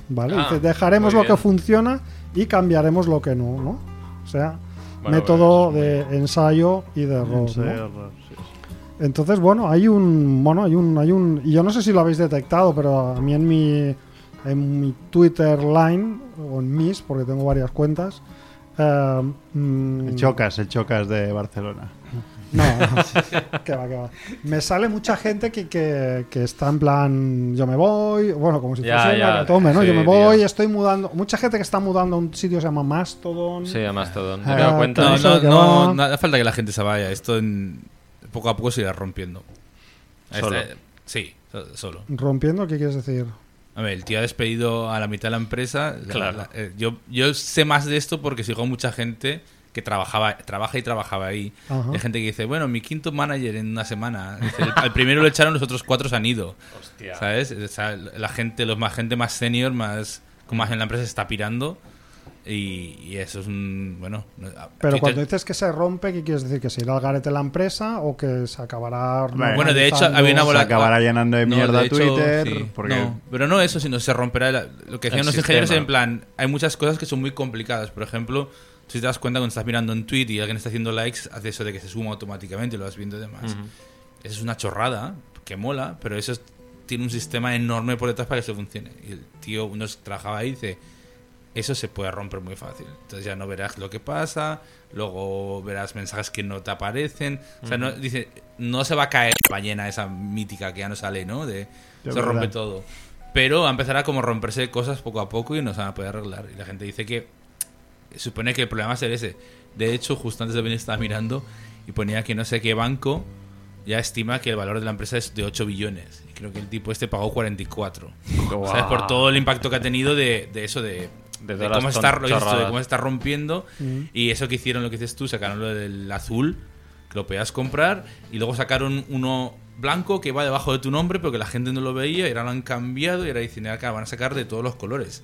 Speaker 1: ¿vale?
Speaker 4: Ah,
Speaker 1: Dice, dejaremos
Speaker 4: muy
Speaker 1: lo que
Speaker 4: bien.
Speaker 1: funciona y cambiaremos lo que no, ¿no? O sea,
Speaker 4: Bueno,
Speaker 1: método
Speaker 4: bueno,
Speaker 1: de ensayo y de error.
Speaker 3: Sí,
Speaker 1: ¿no?
Speaker 3: error, sí, sí.
Speaker 1: Entonces, bueno, hay un. Bueno, hay un. Hay un. Y yo no sé si lo habéis detectado, pero a mí en mi. En mi Twitter line, o en mis, porque tengo varias cuentas. eh, mm,
Speaker 3: El Chocas, el Chocas de Barcelona.
Speaker 1: no, que va, que va. Me sale mucha gente que, que, que está en plan, yo me voy, bueno, como si
Speaker 4: Ya,
Speaker 1: fuese
Speaker 4: ya,
Speaker 1: la tome, ¿no?
Speaker 4: sí,
Speaker 1: yo me voy,
Speaker 4: tío.
Speaker 1: estoy mudando. Mucha gente que está mudando a un sitio que se llama Mastodon.
Speaker 4: Sí, a Mastodon. Me he
Speaker 1: Ah,
Speaker 4: dado cuenta.
Speaker 2: No,
Speaker 1: Claro, eso
Speaker 2: no,
Speaker 1: es lo que
Speaker 2: no,
Speaker 1: va.
Speaker 2: no hace falta que la gente se vaya. Esto en- poco a poco se irá rompiendo. Ahí
Speaker 4: Solo.
Speaker 2: está. Sí, so- solo.
Speaker 1: Rompiendo, ¿qué quieres decir?
Speaker 2: A ver, el tío ha despedido a la mitad de la empresa. La-
Speaker 4: Claro.
Speaker 2: la- eh, yo, yo sé más de esto porque sigo a mucha gente que trabajaba, trabaja y trabajaba ahí.
Speaker 1: Ajá.
Speaker 2: Hay gente que dice, bueno, mi quinto manager en una semana. Dice, el, al primero lo echaron, los otros cuatro se han ido.
Speaker 4: Hostia.
Speaker 2: ¿Sabes? O sea, la gente, los más gente más senior, más con más en la empresa se está pirando. Y, y eso es un. Bueno. no- a-
Speaker 1: Pero
Speaker 2: Twitter-
Speaker 1: cuando dices que se rompe, ¿qué quieres decir? ¿Que se irá al garete la empresa o que se acabará
Speaker 2: Bueno, de hecho,
Speaker 1: normalizando?
Speaker 2: había una
Speaker 3: Se
Speaker 2: bola.
Speaker 3: acabará llenando de
Speaker 2: No,
Speaker 3: mierda
Speaker 2: hecho,
Speaker 3: Twitter.
Speaker 2: sí.
Speaker 3: Porque
Speaker 2: No, pero no eso, sino se romperá. el- lo que decían
Speaker 4: El
Speaker 2: los ingenieros
Speaker 4: sistema.
Speaker 2: en plan, hay muchas cosas que son muy complicadas. Por ejemplo, tú si te das cuenta cuando estás mirando un tweet y alguien está haciendo likes, hace eso de que se suma automáticamente y lo vas viendo y demás. Eso es una chorrada que mola, pero eso es- tiene un sistema enorme por detrás para que eso funcione. Y el tío, uno se trabajaba ahí y dice, eso se puede romper muy fácil. Entonces ya no verás lo que pasa, luego verás mensajes que no te aparecen. O sea, no, dice, no se va a caer la ballena esa mítica que ya no sale, ¿no? De, se
Speaker 3: verdad.
Speaker 2: rompe todo. Pero va a empezar a como romperse cosas poco a poco y no se van a poder arreglar. Y la gente dice que supone que el problema es ese. De hecho, justo antes de venir estaba mirando y ponía que no sé qué banco ya estima que el valor de la empresa es de 8 billones. Y creo que el tipo este pagó 44.
Speaker 4: Guau.
Speaker 2: ¿Sabes? Por todo el impacto que ha tenido de, de eso, de,
Speaker 4: De
Speaker 2: de
Speaker 4: todas
Speaker 2: cómo,
Speaker 4: las
Speaker 2: está,
Speaker 4: ton-
Speaker 2: lo que dices tú, de
Speaker 4: chorradas.
Speaker 2: cómo está rompiendo. Y eso que hicieron, lo que dices tú, sacaron lo del azul, que lo podías comprar. Y luego sacaron uno blanco que va debajo de tu nombre, pero que la gente no lo veía. Y ahora lo han cambiado y ahora dicen, acá van a sacar de todos los colores.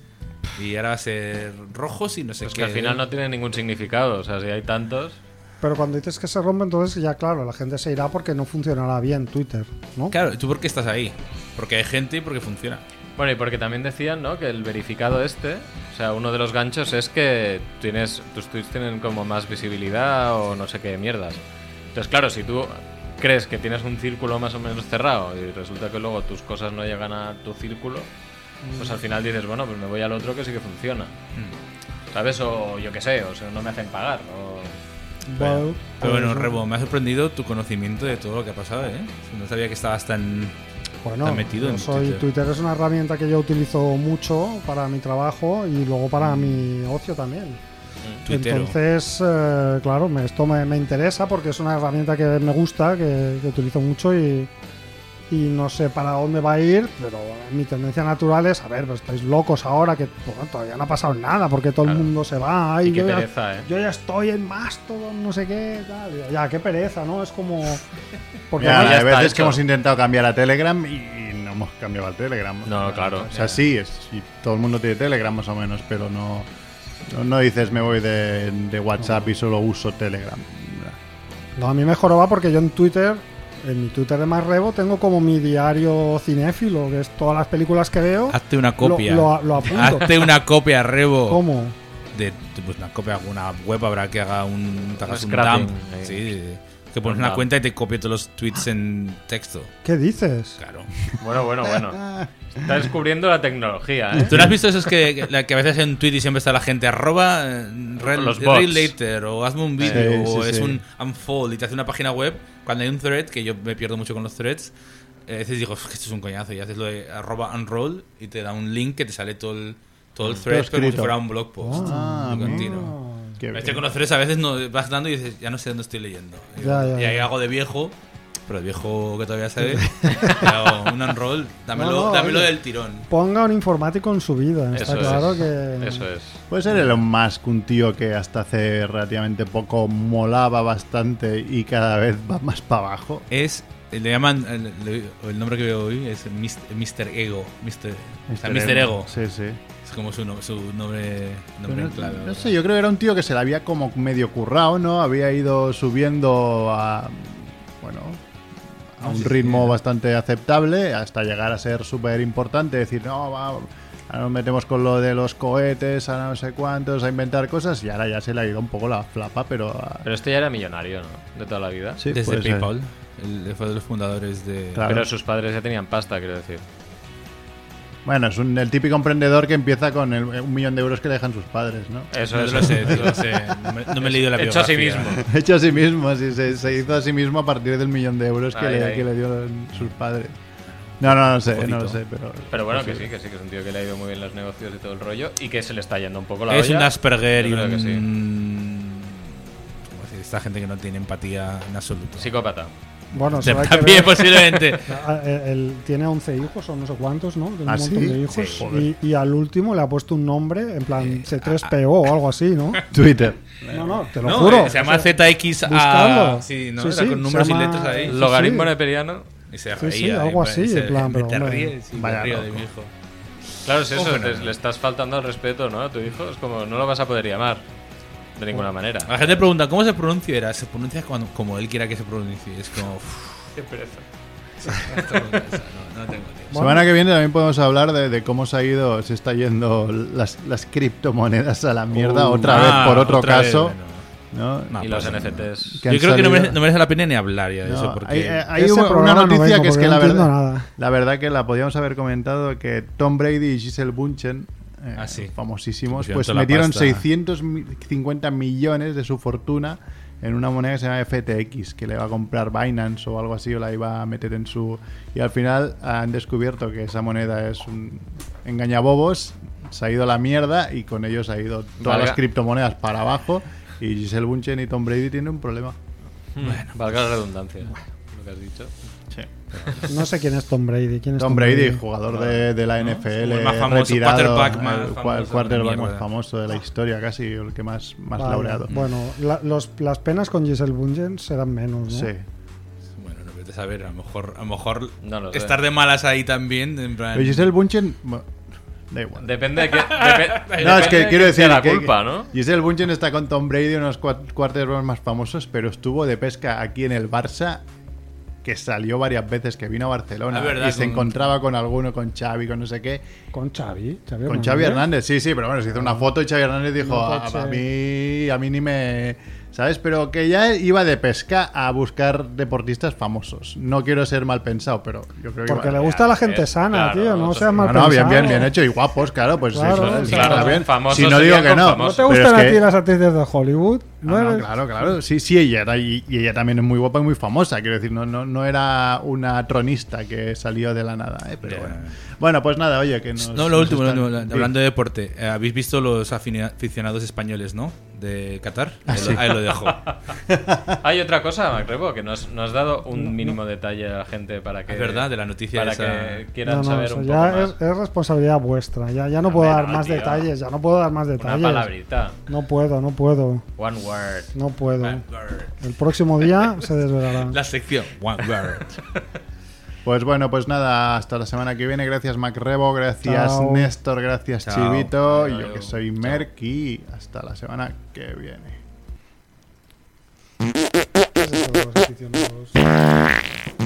Speaker 2: Y ahora va a ser rojos y no sé
Speaker 4: Es
Speaker 2: qué.
Speaker 4: Pues que al final no tiene ningún significado. O sea, si hay tantos.
Speaker 1: Pero cuando dices que se rompe, entonces ya claro, la gente se irá porque no funcionará bien Twitter, ¿no?
Speaker 2: Claro, ¿tú por qué estás ahí? Porque hay gente y porque funciona.
Speaker 4: Bueno, y porque también decían, ¿no? Que el verificado este, o sea, uno de los ganchos es que tienes, tus tweets tienen como más visibilidad o no sé qué mierdas. Entonces, claro, si tú crees que tienes un círculo más o menos cerrado y resulta que luego tus cosas no llegan a tu círculo, pues al final dices, bueno, pues me voy al otro que sí que funciona. ¿Sabes? O yo qué sé, o sea, no me hacen pagar. O...
Speaker 1: Bueno,
Speaker 2: Pero bueno,
Speaker 1: pues,
Speaker 2: Rebo, me ha sorprendido tu conocimiento de todo lo que ha pasado, ¿eh? No sabía que estabas tan...
Speaker 1: Bueno,
Speaker 2: Está metido
Speaker 1: yo
Speaker 2: en
Speaker 1: soy-
Speaker 2: Twitter.
Speaker 1: Twitter. es una herramienta que yo utilizo mucho para mi trabajo y luego
Speaker 4: Mm.
Speaker 1: para mi ocio también.
Speaker 2: Tuitero.
Speaker 1: Entonces, eh, claro, me- esto me, me interesa porque es una herramienta que me gusta, que, que utilizo mucho y, y no sé para dónde va a ir, pero mi tendencia natural es, a ver, pues estáis locos ahora que bueno, todavía no ha pasado nada porque todo
Speaker 4: Claro.
Speaker 1: el mundo se va. ay,
Speaker 4: Y qué
Speaker 1: yo ya-
Speaker 4: pereza, ¿eh?
Speaker 1: Yo ya estoy en Mastodon, no sé qué, tal. Digo, Ya, qué pereza, ¿no? Es como... Porque
Speaker 3: Mira,
Speaker 1: además-
Speaker 4: ya
Speaker 3: hay
Speaker 4: está
Speaker 3: veces
Speaker 4: hecho.
Speaker 3: que hemos intentado cambiar a Telegram y no hemos cambiado al Telegram.
Speaker 4: No, claro.
Speaker 3: O sea, sí, es, sí, todo el mundo tiene Telegram más o menos, pero no, no, no dices me voy de, de WhatsApp y solo uso Telegram.
Speaker 1: No, a mí me joroba porque yo en Twitter, en mi Twitter de más rebo, tengo como mi diario cinéfilo, que es todas las películas que veo.
Speaker 2: Hazte una copia.
Speaker 1: Lo, lo- lo apunto.
Speaker 2: Hazte una copia, Rebo.
Speaker 1: ¿Cómo?
Speaker 2: De, pues una copia, alguna web habrá que haga un... te hagas un
Speaker 4: scrapping,
Speaker 2: dump.
Speaker 4: ahí.
Speaker 2: Sí, de- que pones
Speaker 4: Un
Speaker 2: una
Speaker 4: dump.
Speaker 2: cuenta y te copie todos los tweets en texto.
Speaker 1: ¿Qué dices?
Speaker 2: Claro.
Speaker 4: Bueno, bueno, bueno. Está descubriendo la tecnología, ¿eh?
Speaker 2: ¿Tú no has visto esos que, que- la que a veces en Twitter siempre está la gente arroba eh, re-
Speaker 4: Los bots.
Speaker 2: read later o hazme un vídeo
Speaker 3: Sí,
Speaker 2: o
Speaker 3: sí,
Speaker 2: es
Speaker 3: sí.
Speaker 2: un unfold y te hace una página web cuando hay un thread que yo me pierdo mucho con los threads eh, a veces digo "Uf, que esto es un coñazo y haces lo de arroba unroll y te da un link que te sale todo el, todo el thread pero como si
Speaker 3: escrito.
Speaker 2: fuera un blog post
Speaker 3: Ah,
Speaker 2: de continuo.
Speaker 1: Ah,
Speaker 3: Qué
Speaker 2: Este
Speaker 3: bien.
Speaker 2: con los threads a veces no, vas dando y dices ya no sé dónde estoy leyendo y,
Speaker 1: Ya, ya,
Speaker 2: y ahí
Speaker 1: ya.
Speaker 2: hago de viejo pero de viejo que todavía sabe y hago un unroll dámelo,
Speaker 1: No, no,
Speaker 2: dámelo
Speaker 1: oye.
Speaker 2: del tirón
Speaker 1: Ponga un informático en su vida, está
Speaker 4: Eso
Speaker 1: claro
Speaker 4: es.
Speaker 1: que...
Speaker 4: Eso es.
Speaker 3: Puede ser Elon Musk un tío que hasta hace relativamente poco molaba bastante y cada vez va más para abajo.
Speaker 2: es eh, le llaman el, le- el nombre que veo hoy es Mis- Mr. Ego Mr. o sea, Mr. Ego
Speaker 3: Sí, sí.
Speaker 2: es como su, no- su nombre
Speaker 3: Pero
Speaker 2: nombre
Speaker 3: No,
Speaker 2: en clave
Speaker 3: no sé, yo creo que era un tío que se la había como medio currado, ¿no? Había ido subiendo a. Bueno. A un ritmo bastante aceptable hasta llegar a ser súper importante. Decir, no, va, ahora nos metemos con lo de los cohetes, a no sé cuántos, a inventar cosas. Y ahora ya se le ha ido un poco la flapa, pero. ah,
Speaker 4: Pero este ya era millonario, ¿no? De toda la vida.
Speaker 3: sí,
Speaker 2: desde
Speaker 3: puede ser.
Speaker 2: PayPal el, fue de los fundadores de
Speaker 3: Claro.
Speaker 4: Pero sus padres ya tenían pasta, quiero decir.
Speaker 3: Bueno, es un- el típico emprendedor que empieza con el- un millón de euros que le dejan sus padres, ¿no?
Speaker 4: Eso
Speaker 2: no
Speaker 4: es.
Speaker 2: lo sé, no lo sé. No me, no me he leído la
Speaker 4: Hecho
Speaker 2: biografía
Speaker 4: a sí mismo.
Speaker 3: Hecho a sí mismo, sí, se, se hizo a sí mismo a partir del millón de euros que,
Speaker 4: Ahí,
Speaker 3: le,
Speaker 4: ahí.
Speaker 3: que le dio sus padres. No, no, no sé,
Speaker 2: Jodito.
Speaker 3: no lo sé, pero.
Speaker 4: Pero bueno, que sí, que sí, que es un tío que le ha ido muy bien los negocios y todo el rollo y que se le está yendo un poco la
Speaker 2: es
Speaker 4: olla.
Speaker 2: un Asperger y
Speaker 4: Yo creo que sí.
Speaker 2: un ¿cómo decir? esta gente que no tiene empatía en absoluto
Speaker 4: Psicópata.
Speaker 1: Bueno, se va a
Speaker 2: también pues.
Speaker 1: querer-
Speaker 2: posiblemente
Speaker 1: Ah, eh, él tiene 11 hijos o no sé cuántos, ¿no? Tiene
Speaker 3: ¿Ah,
Speaker 1: un montón
Speaker 3: sí?
Speaker 1: de hijos.
Speaker 3: Sí, joder.
Speaker 1: y, y al último le ha puesto un nombre, en plan C3PO o algo así, ¿no?
Speaker 3: Twitter.
Speaker 1: No, no, te lo
Speaker 2: No,
Speaker 1: juro.
Speaker 2: eh, se llama
Speaker 1: O sea,
Speaker 2: ZX
Speaker 1: buscadlo.
Speaker 2: sí, ¿no?
Speaker 1: Sí,
Speaker 2: Era
Speaker 1: sí,
Speaker 2: con
Speaker 1: se
Speaker 2: números y
Speaker 1: llama-
Speaker 2: letras ahí
Speaker 1: Sí,
Speaker 4: Logaritmo
Speaker 1: sí.
Speaker 4: neperiano.
Speaker 2: y se
Speaker 1: Sí,
Speaker 2: reía
Speaker 1: sí, algo
Speaker 2: y-
Speaker 1: así,
Speaker 2: y se-
Speaker 1: en plan,
Speaker 2: me
Speaker 1: pero,
Speaker 2: te
Speaker 1: hombre.
Speaker 2: ríes y me
Speaker 3: Vaya
Speaker 2: río de
Speaker 3: loco.
Speaker 2: mi hijo
Speaker 4: Claro, es
Speaker 2: Un
Speaker 4: eso,
Speaker 2: fenómeno.
Speaker 4: te- le estás faltando al respeto, ¿no? A tu hijo es como, no lo vas a poder llamar de ninguna manera.
Speaker 2: La gente pregunta, ¿cómo se pronuncia? Era, se pronuncia cuando- como él quiera que se pronuncie. Es como. uff,
Speaker 4: Qué pereza.
Speaker 2: esto no, no tengo tiempo.
Speaker 1: Bueno.
Speaker 3: Semana que viene también podemos hablar de, de cómo se ha ido, se está yendo las, las criptomonedas a la mierda
Speaker 2: Uh,
Speaker 3: otra
Speaker 2: ah,
Speaker 3: vez por otro
Speaker 2: otra vez,
Speaker 3: caso.
Speaker 2: bueno.
Speaker 3: ¿no?
Speaker 2: No,
Speaker 4: y los
Speaker 2: pasa nada.
Speaker 4: NFTs.
Speaker 3: Que han
Speaker 2: Yo creo que no
Speaker 3: salido-
Speaker 2: merece, no merece la pena ni hablar ya de
Speaker 3: No,
Speaker 2: eso. Porque
Speaker 3: hay, eh, hay
Speaker 1: Ese
Speaker 3: una- una
Speaker 1: programa no
Speaker 3: noticia
Speaker 1: vengo
Speaker 3: que es
Speaker 1: porque
Speaker 3: que
Speaker 1: no
Speaker 3: la
Speaker 1: entiendo
Speaker 3: verdad,
Speaker 1: nada.
Speaker 3: la verdad que la podíamos haber comentado que Tom Brady y Giselle Bunchen, eh,
Speaker 2: Ah, sí.
Speaker 3: famosísimos,
Speaker 2: Pusieron
Speaker 3: pues
Speaker 2: toda la
Speaker 3: metieron
Speaker 2: pasta.
Speaker 3: 650 millones de su fortuna en una moneda que se llama FTX, que le va a comprar Binance o algo así, o la iba a meter en su... Y al final han descubierto que esa moneda es un engañabobos, se ha ido a la mierda y con ellos ha ido todas
Speaker 4: Valga.
Speaker 3: las criptomonedas para abajo y Giselle Bunchen y Tom Brady tienen un problema.
Speaker 4: Bueno, valga la redundancia. Lo que has dicho.
Speaker 3: Sí.
Speaker 1: No sé quién es Tom Brady. ¿Quién es
Speaker 3: Tom Brady, jugador de, de la NFL,
Speaker 2: El más famoso,
Speaker 3: retirado,
Speaker 2: quarterback más
Speaker 3: el cua-
Speaker 2: famoso de
Speaker 3: quarterback
Speaker 2: mierda.
Speaker 3: más famoso de la historia, casi el que más, más
Speaker 1: Ah. Vale,
Speaker 3: laureado.
Speaker 1: Bueno, la- los- las penas con Giselle Bungen serán menos, ¿no?
Speaker 3: Sí.
Speaker 2: Bueno, no vete a saber, a lo mejor, a lo mejor
Speaker 4: No lo sé.
Speaker 2: estar de malas ahí también. En plan,
Speaker 3: Pero Giselle Bunchen, bueno, da igual.
Speaker 4: Depende de qué. depe-
Speaker 3: No, es
Speaker 4: depende
Speaker 3: que
Speaker 4: de
Speaker 3: quiero
Speaker 4: quién sea
Speaker 3: decir
Speaker 4: la
Speaker 3: que-
Speaker 4: culpa, ¿no?
Speaker 3: Giselle Bunchen está con Tom Brady, unos cua- quarterbacks más famosos, pero estuvo de pesca aquí en el Barça, que salió varias veces, que vino a Barcelona
Speaker 2: Es verdad,
Speaker 3: y se
Speaker 2: con-
Speaker 3: encontraba con alguno, con Xavi, con no sé qué,
Speaker 1: Con Xavi.
Speaker 3: con Xavi Hernández. Sí, sí, pero bueno, se hizo una foto y Xavi Hernández dijo, "Ah,
Speaker 1: Un
Speaker 3: a,
Speaker 1: coche.
Speaker 3: a mí, a mí ni me, sabes, pero que ya iba de pesca a buscar deportistas famosos. No quiero ser mal pensado, pero eh, yo creo que
Speaker 1: Porque
Speaker 3: iba-
Speaker 1: le gusta a la
Speaker 4: Claro,
Speaker 1: gente sana,
Speaker 4: claro,
Speaker 1: tío. No
Speaker 4: nosotros-
Speaker 1: seas
Speaker 3: No,
Speaker 1: mal
Speaker 3: no, bien,
Speaker 1: pensado.
Speaker 3: bien, bien hecho y guapos, claro, pues
Speaker 1: Claro,
Speaker 3: sí,
Speaker 1: claro.
Speaker 3: está bien.
Speaker 4: Famosos
Speaker 3: si no
Speaker 4: serían
Speaker 3: digo que
Speaker 4: con
Speaker 3: no,
Speaker 1: ¿No
Speaker 4: famosos.
Speaker 1: te
Speaker 3: pero
Speaker 1: gustan
Speaker 3: es
Speaker 1: a
Speaker 3: que-
Speaker 1: ti las actrices de Hollywood?
Speaker 3: No, no,
Speaker 1: eres-
Speaker 3: claro, claro. Sí, sí, ella era, y, y ella también es muy guapa y muy famosa. Quiero decir, no, no, no era una tronista que salió de la nada, ¿eh? Pero
Speaker 2: Ya.
Speaker 3: bueno. Bueno, pues nada, oye, que nos,
Speaker 2: No, lo
Speaker 3: nos
Speaker 2: último, lo
Speaker 3: están-
Speaker 2: último,
Speaker 3: Sí.
Speaker 2: hablando de deporte. eh, ¿Habéis visto los afini- aficionados españoles, no? De Qatar.
Speaker 3: Ah,
Speaker 2: Ahí lo- Ahí lo dejo.
Speaker 4: Hay otra cosa, Macrebo, que nos, nos has dado un mínimo detalle a la gente para que.
Speaker 2: Es verdad, de la noticia
Speaker 4: Para
Speaker 2: esa.
Speaker 4: que quieran
Speaker 1: No, no,
Speaker 4: saber
Speaker 1: eso
Speaker 4: un poco
Speaker 1: ya
Speaker 4: más.
Speaker 1: es, es responsabilidad vuestra. Ya, ya no
Speaker 4: Hombre,
Speaker 1: puedo dar
Speaker 4: no,
Speaker 1: más
Speaker 4: tío.
Speaker 1: detalles. Ya no puedo dar más
Speaker 4: Una
Speaker 1: detalles.
Speaker 4: palabrita.
Speaker 1: no puedo, no puedo.
Speaker 4: One word.
Speaker 1: No puedo.
Speaker 2: One word.
Speaker 1: El próximo día se desvelará.
Speaker 2: La sección. One word.
Speaker 3: Pues bueno, pues nada, hasta la semana que viene. Gracias, Macrebo, gracias,
Speaker 1: Chao.
Speaker 3: Néstor, gracias,
Speaker 2: Chao.
Speaker 3: Chivito.
Speaker 4: Adiós.
Speaker 3: Yo que soy Merck y hasta la semana que viene.
Speaker 1: ¿Qué es eso de los aficionados?